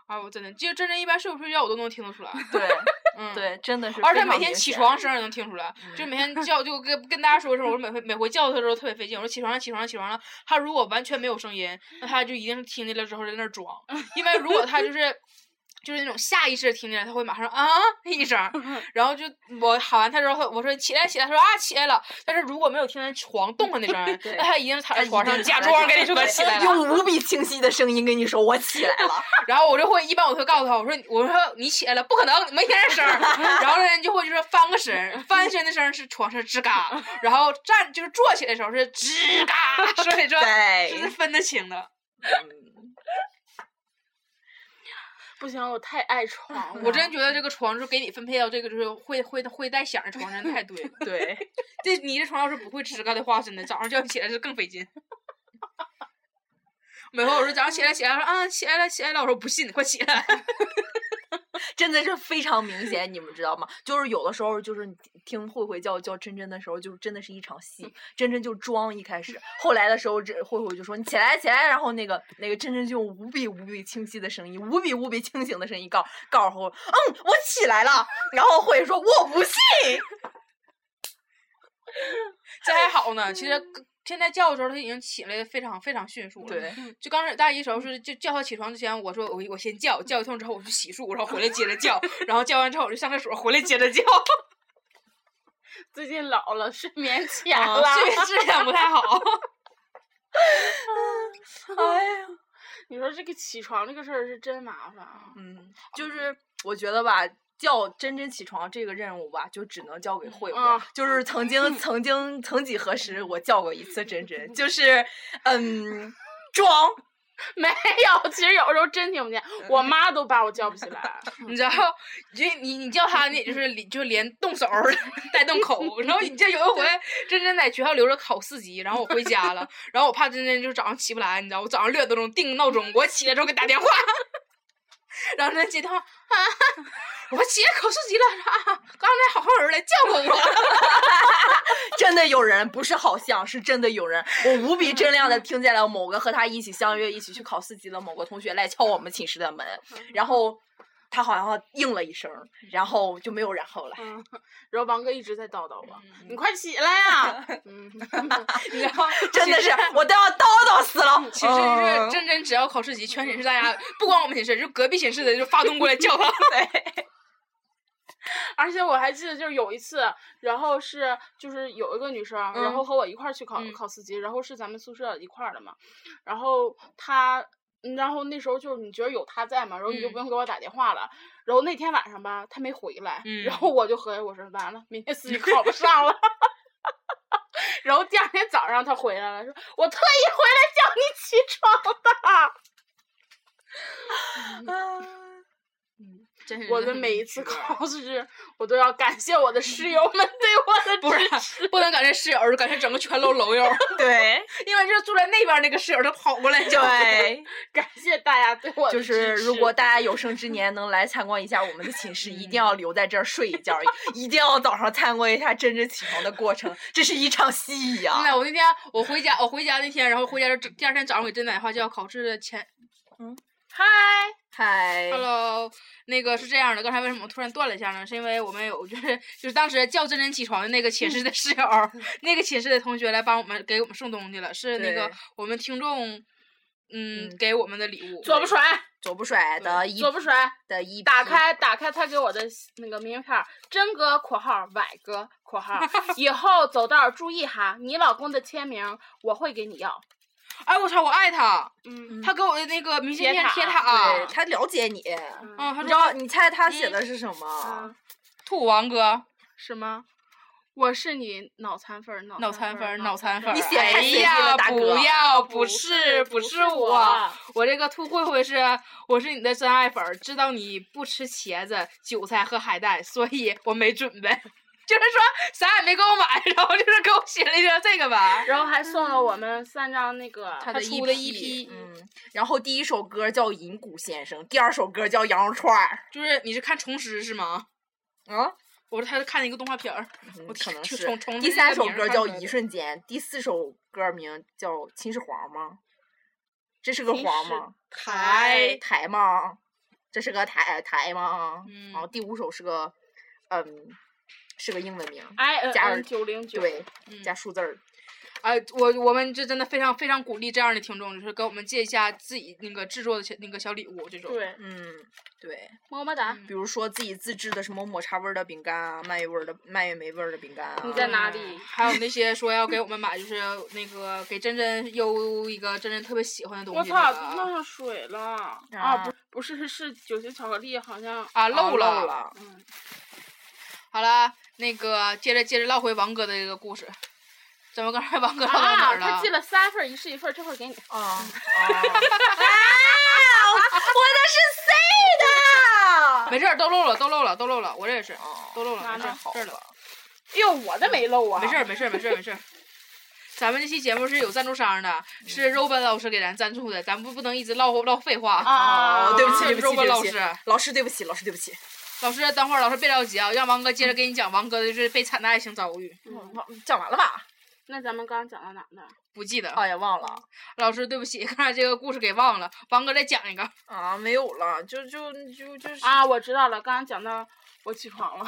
[SPEAKER 3] 啊，我真的，就真真一般睡不睡觉我都能听得 出来，
[SPEAKER 4] 对
[SPEAKER 3] 嗯，。
[SPEAKER 4] 对，真的是。
[SPEAKER 3] 而且他每天起，床声儿也能听出来，
[SPEAKER 4] 嗯
[SPEAKER 3] 就每天叫就跟跟大家说一声，我说每回每回叫他的时候特别费劲，我说起床了起床了起床了。他如果完全没有声音，那他就一定是听见了之后在那儿装，
[SPEAKER 4] 嗯
[SPEAKER 3] 因为如果他就是。就是那种下意识地听见了，他会马上啊一声儿，
[SPEAKER 4] 嗯
[SPEAKER 3] 然后就我喊完他之后，我说起来起来，他说啊起来了。但是如果没有听见床动的那声儿
[SPEAKER 4] 对，
[SPEAKER 3] 那他一定是躺在
[SPEAKER 4] 他一
[SPEAKER 3] 床
[SPEAKER 4] 定
[SPEAKER 3] 上
[SPEAKER 4] 哎是
[SPEAKER 3] 假
[SPEAKER 4] 在
[SPEAKER 3] 装跟你说他 起来了。
[SPEAKER 4] 用无比清晰的声音跟你说我起来了。
[SPEAKER 3] 然后我就会一般我会告诉他，我说你我说你起来了，不可能，没听见声 儿。然后人就会就是翻个身儿，翻身的声儿是床是吱 嘎，然后站就是坐起来的时候是吱嘎，所以说这是
[SPEAKER 4] 对，
[SPEAKER 3] 分得清的。
[SPEAKER 2] 不行，我太爱床了。
[SPEAKER 3] 我真觉得这个床是给你分配到这个就是会会会带响的床上太对了。
[SPEAKER 4] 对，
[SPEAKER 3] 这你这床要是不会吱嘎的话，真的早上叫你起来是更费劲。 每回我说早上起来起来，他说啊起来了起来了，我说不信你快起来。
[SPEAKER 4] 真的是非常明显，你们知道吗？就是有的时候，就是你听慧慧叫叫真真的时候，就是真的是一场戏，真真就装一开始，后来的时候，这慧慧就说你起来起来，然后那个那个真真就用无比无比清晰的声音，无比无比清醒的声音告告诉我，嗯，我起来了，然后慧慧说我不信，
[SPEAKER 3] 这还好呢。其实跟现在叫的时候，他已经起来得非常非常迅速了。
[SPEAKER 4] 嗯对，
[SPEAKER 3] 就刚开始大一时候是就叫他起床之前，我说我我先叫，叫一通之后我去洗漱，然后回来接着叫，然后叫完之后我就上厕所，回来接着叫。
[SPEAKER 2] 最近老了，睡眠浅了。
[SPEAKER 3] 啊， 睡眠质量不太好。
[SPEAKER 4] 哎呀，
[SPEAKER 2] 你说这个起床这个事儿是真麻烦啊。
[SPEAKER 4] 嗯，就是我觉得吧。叫真真起床这个任务吧，就只能交给慧慧。
[SPEAKER 2] 啊
[SPEAKER 4] 就是曾经、曾经、曾几何时，我叫过一次真真，就是，嗯，装，
[SPEAKER 2] 没有，其实有时候真听不见，我妈都把我叫不起来。
[SPEAKER 3] 你知道，就你你叫他，你也就是连就连动手儿带动口。然后你这有一回，真真在学校留着考四级，然后我回家了，然后我怕真真就是早上起不来，你知道，我早上六点多钟定闹钟，我起来之后给打电话，然后真接电话，啊，我起来考四级了，啊，刚才好好人来叫过我，
[SPEAKER 4] 真的有人，不是好像，是真的有人。我无比真亮的听见了某个和他一起相约一起去考四级的某个同学来敲我们寝室的门，然后他好像应了一声，然后就没有 然后了。
[SPEAKER 2] 嗯，然后王哥一直在叨叨我，
[SPEAKER 3] 嗯
[SPEAKER 2] 你快起来 呀！嗯，
[SPEAKER 3] 你知道，
[SPEAKER 4] 真的是，我都要叨叨死了。
[SPEAKER 3] 寝室
[SPEAKER 4] 哦
[SPEAKER 3] 就是真真，只要考试级，全寝室大家不光我们寝室，就隔壁寝室的就发动过来叫他。
[SPEAKER 2] 而且我还记得，就是有一次，然后是就是有一个女生，然后和我一块儿去考、
[SPEAKER 3] 嗯
[SPEAKER 2] 考四级，然后是咱们宿舍一块儿的嘛，然后她。嗯然后那时候就是你觉得有她在嘛，然后你就
[SPEAKER 3] 嗯
[SPEAKER 2] 不用给我打电话了。然后那天晚上吧，她没回来，
[SPEAKER 3] 嗯
[SPEAKER 2] 然后我就合计我说完了，明天四级考不上了。 然后第二天早上她回来了，说我特意回来叫你起床的。
[SPEAKER 4] 嗯
[SPEAKER 3] 真是
[SPEAKER 2] 我的每一次考试，我都要感谢我的室友们对
[SPEAKER 3] 不
[SPEAKER 2] 我的
[SPEAKER 3] 是
[SPEAKER 2] 支持。
[SPEAKER 3] 不能感谢室友，感谢整个全楼楼友，
[SPEAKER 4] 对
[SPEAKER 3] 因为就是住在那边那个室友，他跑过来 叫。
[SPEAKER 4] 对，
[SPEAKER 2] 感谢大家对我的
[SPEAKER 4] 就是
[SPEAKER 2] 支
[SPEAKER 4] 如
[SPEAKER 2] 持
[SPEAKER 4] 果大家有生之年能来参观一下我们的寝室，一定要留在这儿睡一觉，一定要早上参观一下真真起床的过程，这是一场戏呀、
[SPEAKER 3] 那我那天我回家，我回家那天，然后回家就第二天早上给真打电话，就要考试的前
[SPEAKER 2] 嗨，
[SPEAKER 4] 嗨
[SPEAKER 3] Hello，那个是这样的，刚才为什么突然断了一下呢？是因为我们有就是就是当时叫真真起床的那个寝室的室友儿，那个寝室的同学来帮我们给我们送东西了，是那个
[SPEAKER 4] 对
[SPEAKER 3] 我们听众嗯
[SPEAKER 4] 嗯
[SPEAKER 3] 给我们的礼物。
[SPEAKER 2] 左不甩，
[SPEAKER 4] 左不甩的一
[SPEAKER 2] 左不甩，
[SPEAKER 4] 的一
[SPEAKER 2] 打
[SPEAKER 4] 批
[SPEAKER 2] 开打开他给我的那个明信片儿，真哥（括号崴哥）（括号），以后走道儿注意哈，你老公的签名我会给你要。
[SPEAKER 3] 哎，我操，我爱他，
[SPEAKER 2] 嗯，
[SPEAKER 3] 他给我的那个明信
[SPEAKER 2] 铁
[SPEAKER 3] 片
[SPEAKER 2] 塔
[SPEAKER 3] 贴塔，
[SPEAKER 4] 对他了解你，
[SPEAKER 3] 嗯，他
[SPEAKER 4] 你知
[SPEAKER 3] 说
[SPEAKER 4] 道？你猜他写的是什么？
[SPEAKER 3] 兔王哥，
[SPEAKER 2] 什么？我是你脑残粉儿，
[SPEAKER 3] 脑残
[SPEAKER 2] 残粉
[SPEAKER 3] 粉
[SPEAKER 2] 儿，啊
[SPEAKER 3] 儿，脑残粉儿，
[SPEAKER 4] 你写太
[SPEAKER 3] 哎
[SPEAKER 4] 随意
[SPEAKER 3] 呀
[SPEAKER 4] 了，大
[SPEAKER 3] 不
[SPEAKER 4] 哥
[SPEAKER 3] 要，
[SPEAKER 2] 不
[SPEAKER 3] 不
[SPEAKER 2] 是
[SPEAKER 3] 是，不
[SPEAKER 2] 不是
[SPEAKER 3] 是
[SPEAKER 2] 我
[SPEAKER 3] 我，我这个兔慧慧是，我是你的真爱粉儿，知道你不吃茄子、韭菜和海带，所以我没准备， 就是说啥也没给我买，然后就是给我写了一个这个吧。
[SPEAKER 2] 然后还送了我们三张那个，
[SPEAKER 4] 他
[SPEAKER 3] 他
[SPEAKER 4] 的
[SPEAKER 3] 出的
[SPEAKER 4] EP
[SPEAKER 3] EP
[SPEAKER 4] 嗯，然后第一首歌叫《银谷先生》，第二首歌叫《羊肉串儿
[SPEAKER 3] 就是你是看重师是吗？》
[SPEAKER 4] 啊，
[SPEAKER 3] 我说他是看了一个动画片儿，
[SPEAKER 4] 嗯
[SPEAKER 3] 我
[SPEAKER 4] 可能
[SPEAKER 3] 就是从从
[SPEAKER 4] 第
[SPEAKER 3] 这
[SPEAKER 4] 三
[SPEAKER 3] 个
[SPEAKER 4] 首
[SPEAKER 3] 名儿
[SPEAKER 4] 歌
[SPEAKER 3] 看
[SPEAKER 4] 叫
[SPEAKER 3] 出来
[SPEAKER 4] 《一
[SPEAKER 3] 的
[SPEAKER 4] 瞬间》，第四首歌名叫《秦始皇》吗？这是个
[SPEAKER 2] 秦
[SPEAKER 4] 皇
[SPEAKER 2] 始
[SPEAKER 4] 吗？
[SPEAKER 3] 台
[SPEAKER 4] 台吗？这是个台台吗？
[SPEAKER 3] 嗯
[SPEAKER 4] 然后第五首是个，嗯，是个英文名，
[SPEAKER 2] i n
[SPEAKER 4] 加尔
[SPEAKER 2] n 九零九，
[SPEAKER 4] 对，
[SPEAKER 3] 嗯
[SPEAKER 4] 加数字儿。
[SPEAKER 3] 哎，我我们这真的非常非常鼓励这样的听众，就是给我们借一下自己那个制作的小那个小礼物这种。，
[SPEAKER 2] 对，
[SPEAKER 4] 嗯，对，
[SPEAKER 2] 么么
[SPEAKER 3] 嗯
[SPEAKER 2] 哒，
[SPEAKER 4] 比如说自己自制的什么抹茶味儿的饼干啊，蔓越味儿的蔓越莓味儿的饼干啊。
[SPEAKER 2] 你在哪里
[SPEAKER 3] 嗯还有那些说要给我们买，就是那个给真真邮一个真真特别喜欢的东
[SPEAKER 2] 我
[SPEAKER 3] 西、
[SPEAKER 2] 操，
[SPEAKER 3] 那
[SPEAKER 2] 弄
[SPEAKER 3] 个。
[SPEAKER 2] 上水了啊！
[SPEAKER 4] 啊
[SPEAKER 2] 不不是是酒精巧克力，好像
[SPEAKER 3] 啊，
[SPEAKER 4] 啊
[SPEAKER 3] 漏
[SPEAKER 4] 了。
[SPEAKER 2] 嗯，
[SPEAKER 3] 好了，那个接着接着唠回王哥的这个故事。怎么刚才王哥唠到哪
[SPEAKER 2] 啊，
[SPEAKER 3] 儿了？
[SPEAKER 2] 他寄了三份儿，一式一份儿，这会儿给你。
[SPEAKER 4] 啊啊！啊！我的是 C 的。
[SPEAKER 3] 没事儿，都漏了，都漏了，都漏了。我这也是，
[SPEAKER 4] 哦
[SPEAKER 3] 都漏了，
[SPEAKER 2] 拿
[SPEAKER 3] 没事
[SPEAKER 2] 着
[SPEAKER 3] 儿，这儿了。
[SPEAKER 2] 哎呦，我的没漏啊！
[SPEAKER 3] 没事，儿，没事儿，没事儿，没事儿。咱们这期节目是有赞助商的，是肉本老师给咱赞助的，咱不不能一直唠唠废话。
[SPEAKER 2] 啊，
[SPEAKER 4] 哦，对不起，
[SPEAKER 3] 啊
[SPEAKER 4] 对不
[SPEAKER 3] 肉
[SPEAKER 4] 起，
[SPEAKER 3] 吧
[SPEAKER 4] 对
[SPEAKER 3] 老
[SPEAKER 4] 不起
[SPEAKER 3] 师，
[SPEAKER 4] 老师，对不起，老师，对不起。
[SPEAKER 3] 老师，等会儿老师别着急啊，让王哥接着给你讲王哥的就是悲惨的爱情遭遇。
[SPEAKER 2] 嗯
[SPEAKER 4] 讲完了吧？
[SPEAKER 2] 那咱们刚刚讲到哪呢？
[SPEAKER 3] 不记得，啊
[SPEAKER 4] 哎呀，忘了
[SPEAKER 3] 老师对不起，刚 才这个故事给忘了。王哥再讲一个，
[SPEAKER 2] 哦
[SPEAKER 4] 啊，没有了，就就就就是
[SPEAKER 2] 啊，我知道了，刚刚讲到我起床 了。
[SPEAKER 3] 我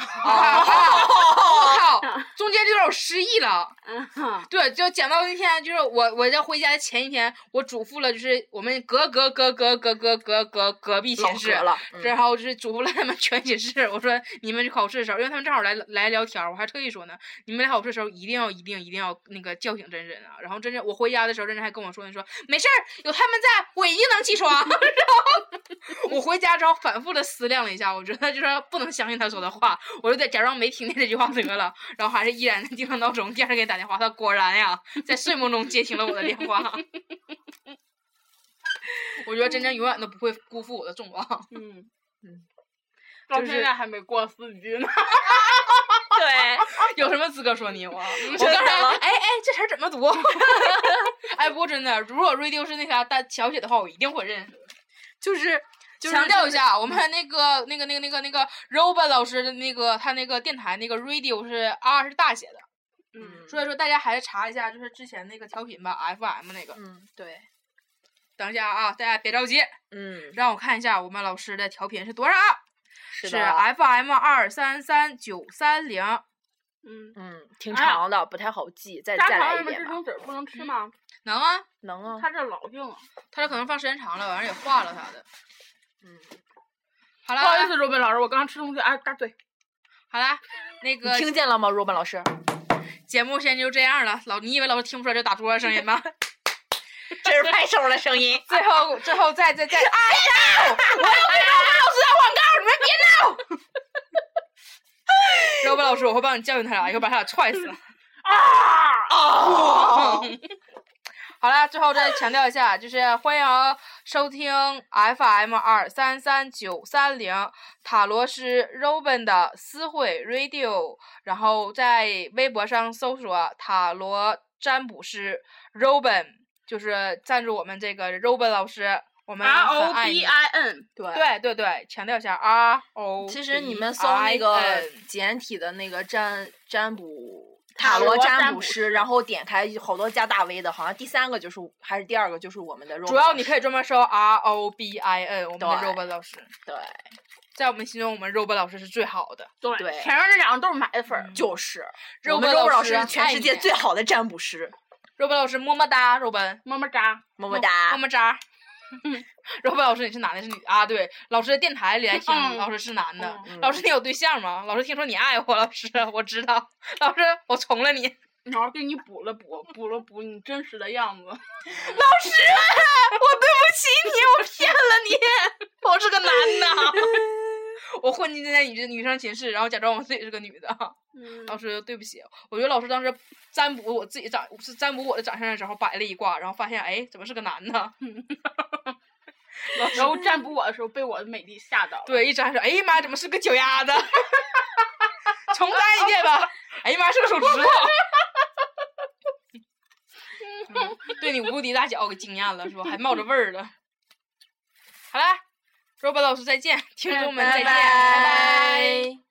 [SPEAKER 3] 靠，中间就有点失忆了。
[SPEAKER 2] 嗯哼
[SPEAKER 3] 对，就讲到那天，就是我我在回家的前一天，我嘱咐了，就是我们隔隔隔隔隔隔隔隔隔壁
[SPEAKER 4] 老
[SPEAKER 3] 寝室
[SPEAKER 4] 隔了。嗯
[SPEAKER 3] 然后就是嘱咐了他们全寝室，我说你们去考试的时候，因为他们正好来来聊天儿，我还特意说呢，你们来考试的时候一定要一定一定要那个叫醒真真啊。然后真真我回家的时候，真真还跟我说呢，说没事儿，有他们在我一定能起床。 然后我回家之后反复的思量了一下，我觉得就是不能相信他说的话，我就得假装没听见这句话得了。然后还是依然地定了闹钟，第二天给打电话，他果然呀在睡梦中接听了我的电话。 我觉得真真永远都不会辜负我的众望。
[SPEAKER 2] 嗯
[SPEAKER 4] 嗯，
[SPEAKER 2] 到
[SPEAKER 3] 就是
[SPEAKER 2] 现在还没过四级呢。
[SPEAKER 4] 对，
[SPEAKER 3] 有什么资格说 你我？我
[SPEAKER 4] 真的
[SPEAKER 3] 刚才
[SPEAKER 4] 吗
[SPEAKER 3] 哎哎，这词儿怎么读？ 哎，不过真的，如果 radio 是那啥大小写的话，我一定会认。
[SPEAKER 4] 就是就是
[SPEAKER 3] 强调一下，我们那个那个那个那个那个 Robin 老师的那个他那个电台那个 radio 是 R 是大写的，
[SPEAKER 2] 嗯，
[SPEAKER 3] 所以说大家还是查一下，就是之前那个调频吧 FM 那个。
[SPEAKER 4] 嗯，对，
[SPEAKER 3] 等一下啊，大家别着急，
[SPEAKER 4] 嗯，
[SPEAKER 3] 让我看一下我们老师的调频是多少。啊
[SPEAKER 4] 是
[SPEAKER 3] 是
[SPEAKER 2] 啊
[SPEAKER 4] 的，啊
[SPEAKER 3] FM 二三三九三零，
[SPEAKER 2] 嗯，
[SPEAKER 4] 嗯，挺
[SPEAKER 2] 啊
[SPEAKER 4] 长的，不太好记，再
[SPEAKER 2] 大
[SPEAKER 4] 再
[SPEAKER 2] 肠
[SPEAKER 4] 来一
[SPEAKER 2] 什么
[SPEAKER 4] 遍
[SPEAKER 2] 这
[SPEAKER 4] 吧。
[SPEAKER 2] 种籽儿不能吃吗？
[SPEAKER 3] 能啊？
[SPEAKER 4] 能啊，
[SPEAKER 2] 它这老硬了。
[SPEAKER 3] 他这可能放时间长了，完事儿也化了啥的。
[SPEAKER 4] 嗯，
[SPEAKER 3] 好
[SPEAKER 2] 不
[SPEAKER 3] 了，
[SPEAKER 2] 好意思，周斌老师，我刚刚吃东西，哎，大嘴。
[SPEAKER 3] 好啦，那
[SPEAKER 4] 你
[SPEAKER 3] 个
[SPEAKER 4] 听见了吗，Robin 老师？
[SPEAKER 3] 节目先就这样了。老，你以为老师听不出来这打桌的声音吗？
[SPEAKER 4] 这是拍手的声音。
[SPEAKER 3] 最后，最后再再再，哎呀！我要被肉包老师打广告，你们别闹！肉包老师，我会帮你教训他俩，一会儿把他俩踹 死。
[SPEAKER 2] 啊
[SPEAKER 4] 哦，
[SPEAKER 3] 好了，最后再强调一下，就是欢迎收听 FM 二三三九三零塔罗师 Robin 的私会 Radio，然后在微博上搜索塔罗占卜师 Robin，就是赞助我们这个 Robin 老师，我们
[SPEAKER 2] R
[SPEAKER 3] 很
[SPEAKER 2] O
[SPEAKER 3] 爱
[SPEAKER 2] B
[SPEAKER 3] 你。
[SPEAKER 2] I N，
[SPEAKER 4] 对。
[SPEAKER 3] 对对对，强调一下 R O。哎
[SPEAKER 4] 其实你们搜那个
[SPEAKER 2] 呃
[SPEAKER 4] 简体的那个占占卜
[SPEAKER 2] 塔
[SPEAKER 4] 塔
[SPEAKER 2] 罗
[SPEAKER 4] 罗
[SPEAKER 2] 占
[SPEAKER 4] 占
[SPEAKER 2] 卜
[SPEAKER 4] 卜
[SPEAKER 2] 师
[SPEAKER 4] 师，然后点开好多加大 V 的，好像第三个就是还是第二个就是我们的肉。
[SPEAKER 3] 主要你可以专门搜 R O B I N，我们的
[SPEAKER 4] 对
[SPEAKER 3] Robin 老师，
[SPEAKER 4] 对，
[SPEAKER 3] 在我们心中，我们 Robin 老师是最好的。
[SPEAKER 2] 对嗯
[SPEAKER 4] 对
[SPEAKER 2] 前面这两个都是买的粉儿。
[SPEAKER 4] 就是
[SPEAKER 3] 肉
[SPEAKER 4] 我们
[SPEAKER 3] 包
[SPEAKER 4] 肉包
[SPEAKER 3] 老
[SPEAKER 4] 老
[SPEAKER 3] 师
[SPEAKER 4] 师是全
[SPEAKER 3] 爱
[SPEAKER 4] 世
[SPEAKER 3] 你
[SPEAKER 4] 界最好的占卜师，
[SPEAKER 3] 肉本老师么么哒，肉本，
[SPEAKER 2] 么么哒，
[SPEAKER 4] 么么哒
[SPEAKER 3] 么。么渣。
[SPEAKER 4] 嗯
[SPEAKER 3] 肉本老师，你是男的，是女的啊？对，老师的电台里来听，
[SPEAKER 2] 嗯
[SPEAKER 3] 老师是男的。
[SPEAKER 4] 嗯
[SPEAKER 3] 老师，你有对象吗？老师，听说你爱我，老师，我知道。老师，我从了你。
[SPEAKER 2] 然后给你补了补，补了补你真实的样子。
[SPEAKER 3] 我对不起你，我骗了你，我是个男的。 我混进在女女生寝室，然后假装我自己是个女的。
[SPEAKER 2] 嗯
[SPEAKER 3] 老师说对不起，我觉得老师当时占卜我自己长是占卜我的长相的时候摆了一卦，然后发现哎怎么是个男的？
[SPEAKER 2] 然后占卜我的时候被我的美丽吓到了。
[SPEAKER 3] 对，一张说哎呀妈呀，怎么是个脚丫子？ 重占一遍吧。哎呀妈呀，是个手指头。 嗯对你无敌大脚给惊艳了是吧？还冒着味儿了。好啦，肉包老师再见，听众们再见，拜
[SPEAKER 4] 拜
[SPEAKER 3] 拜
[SPEAKER 4] 拜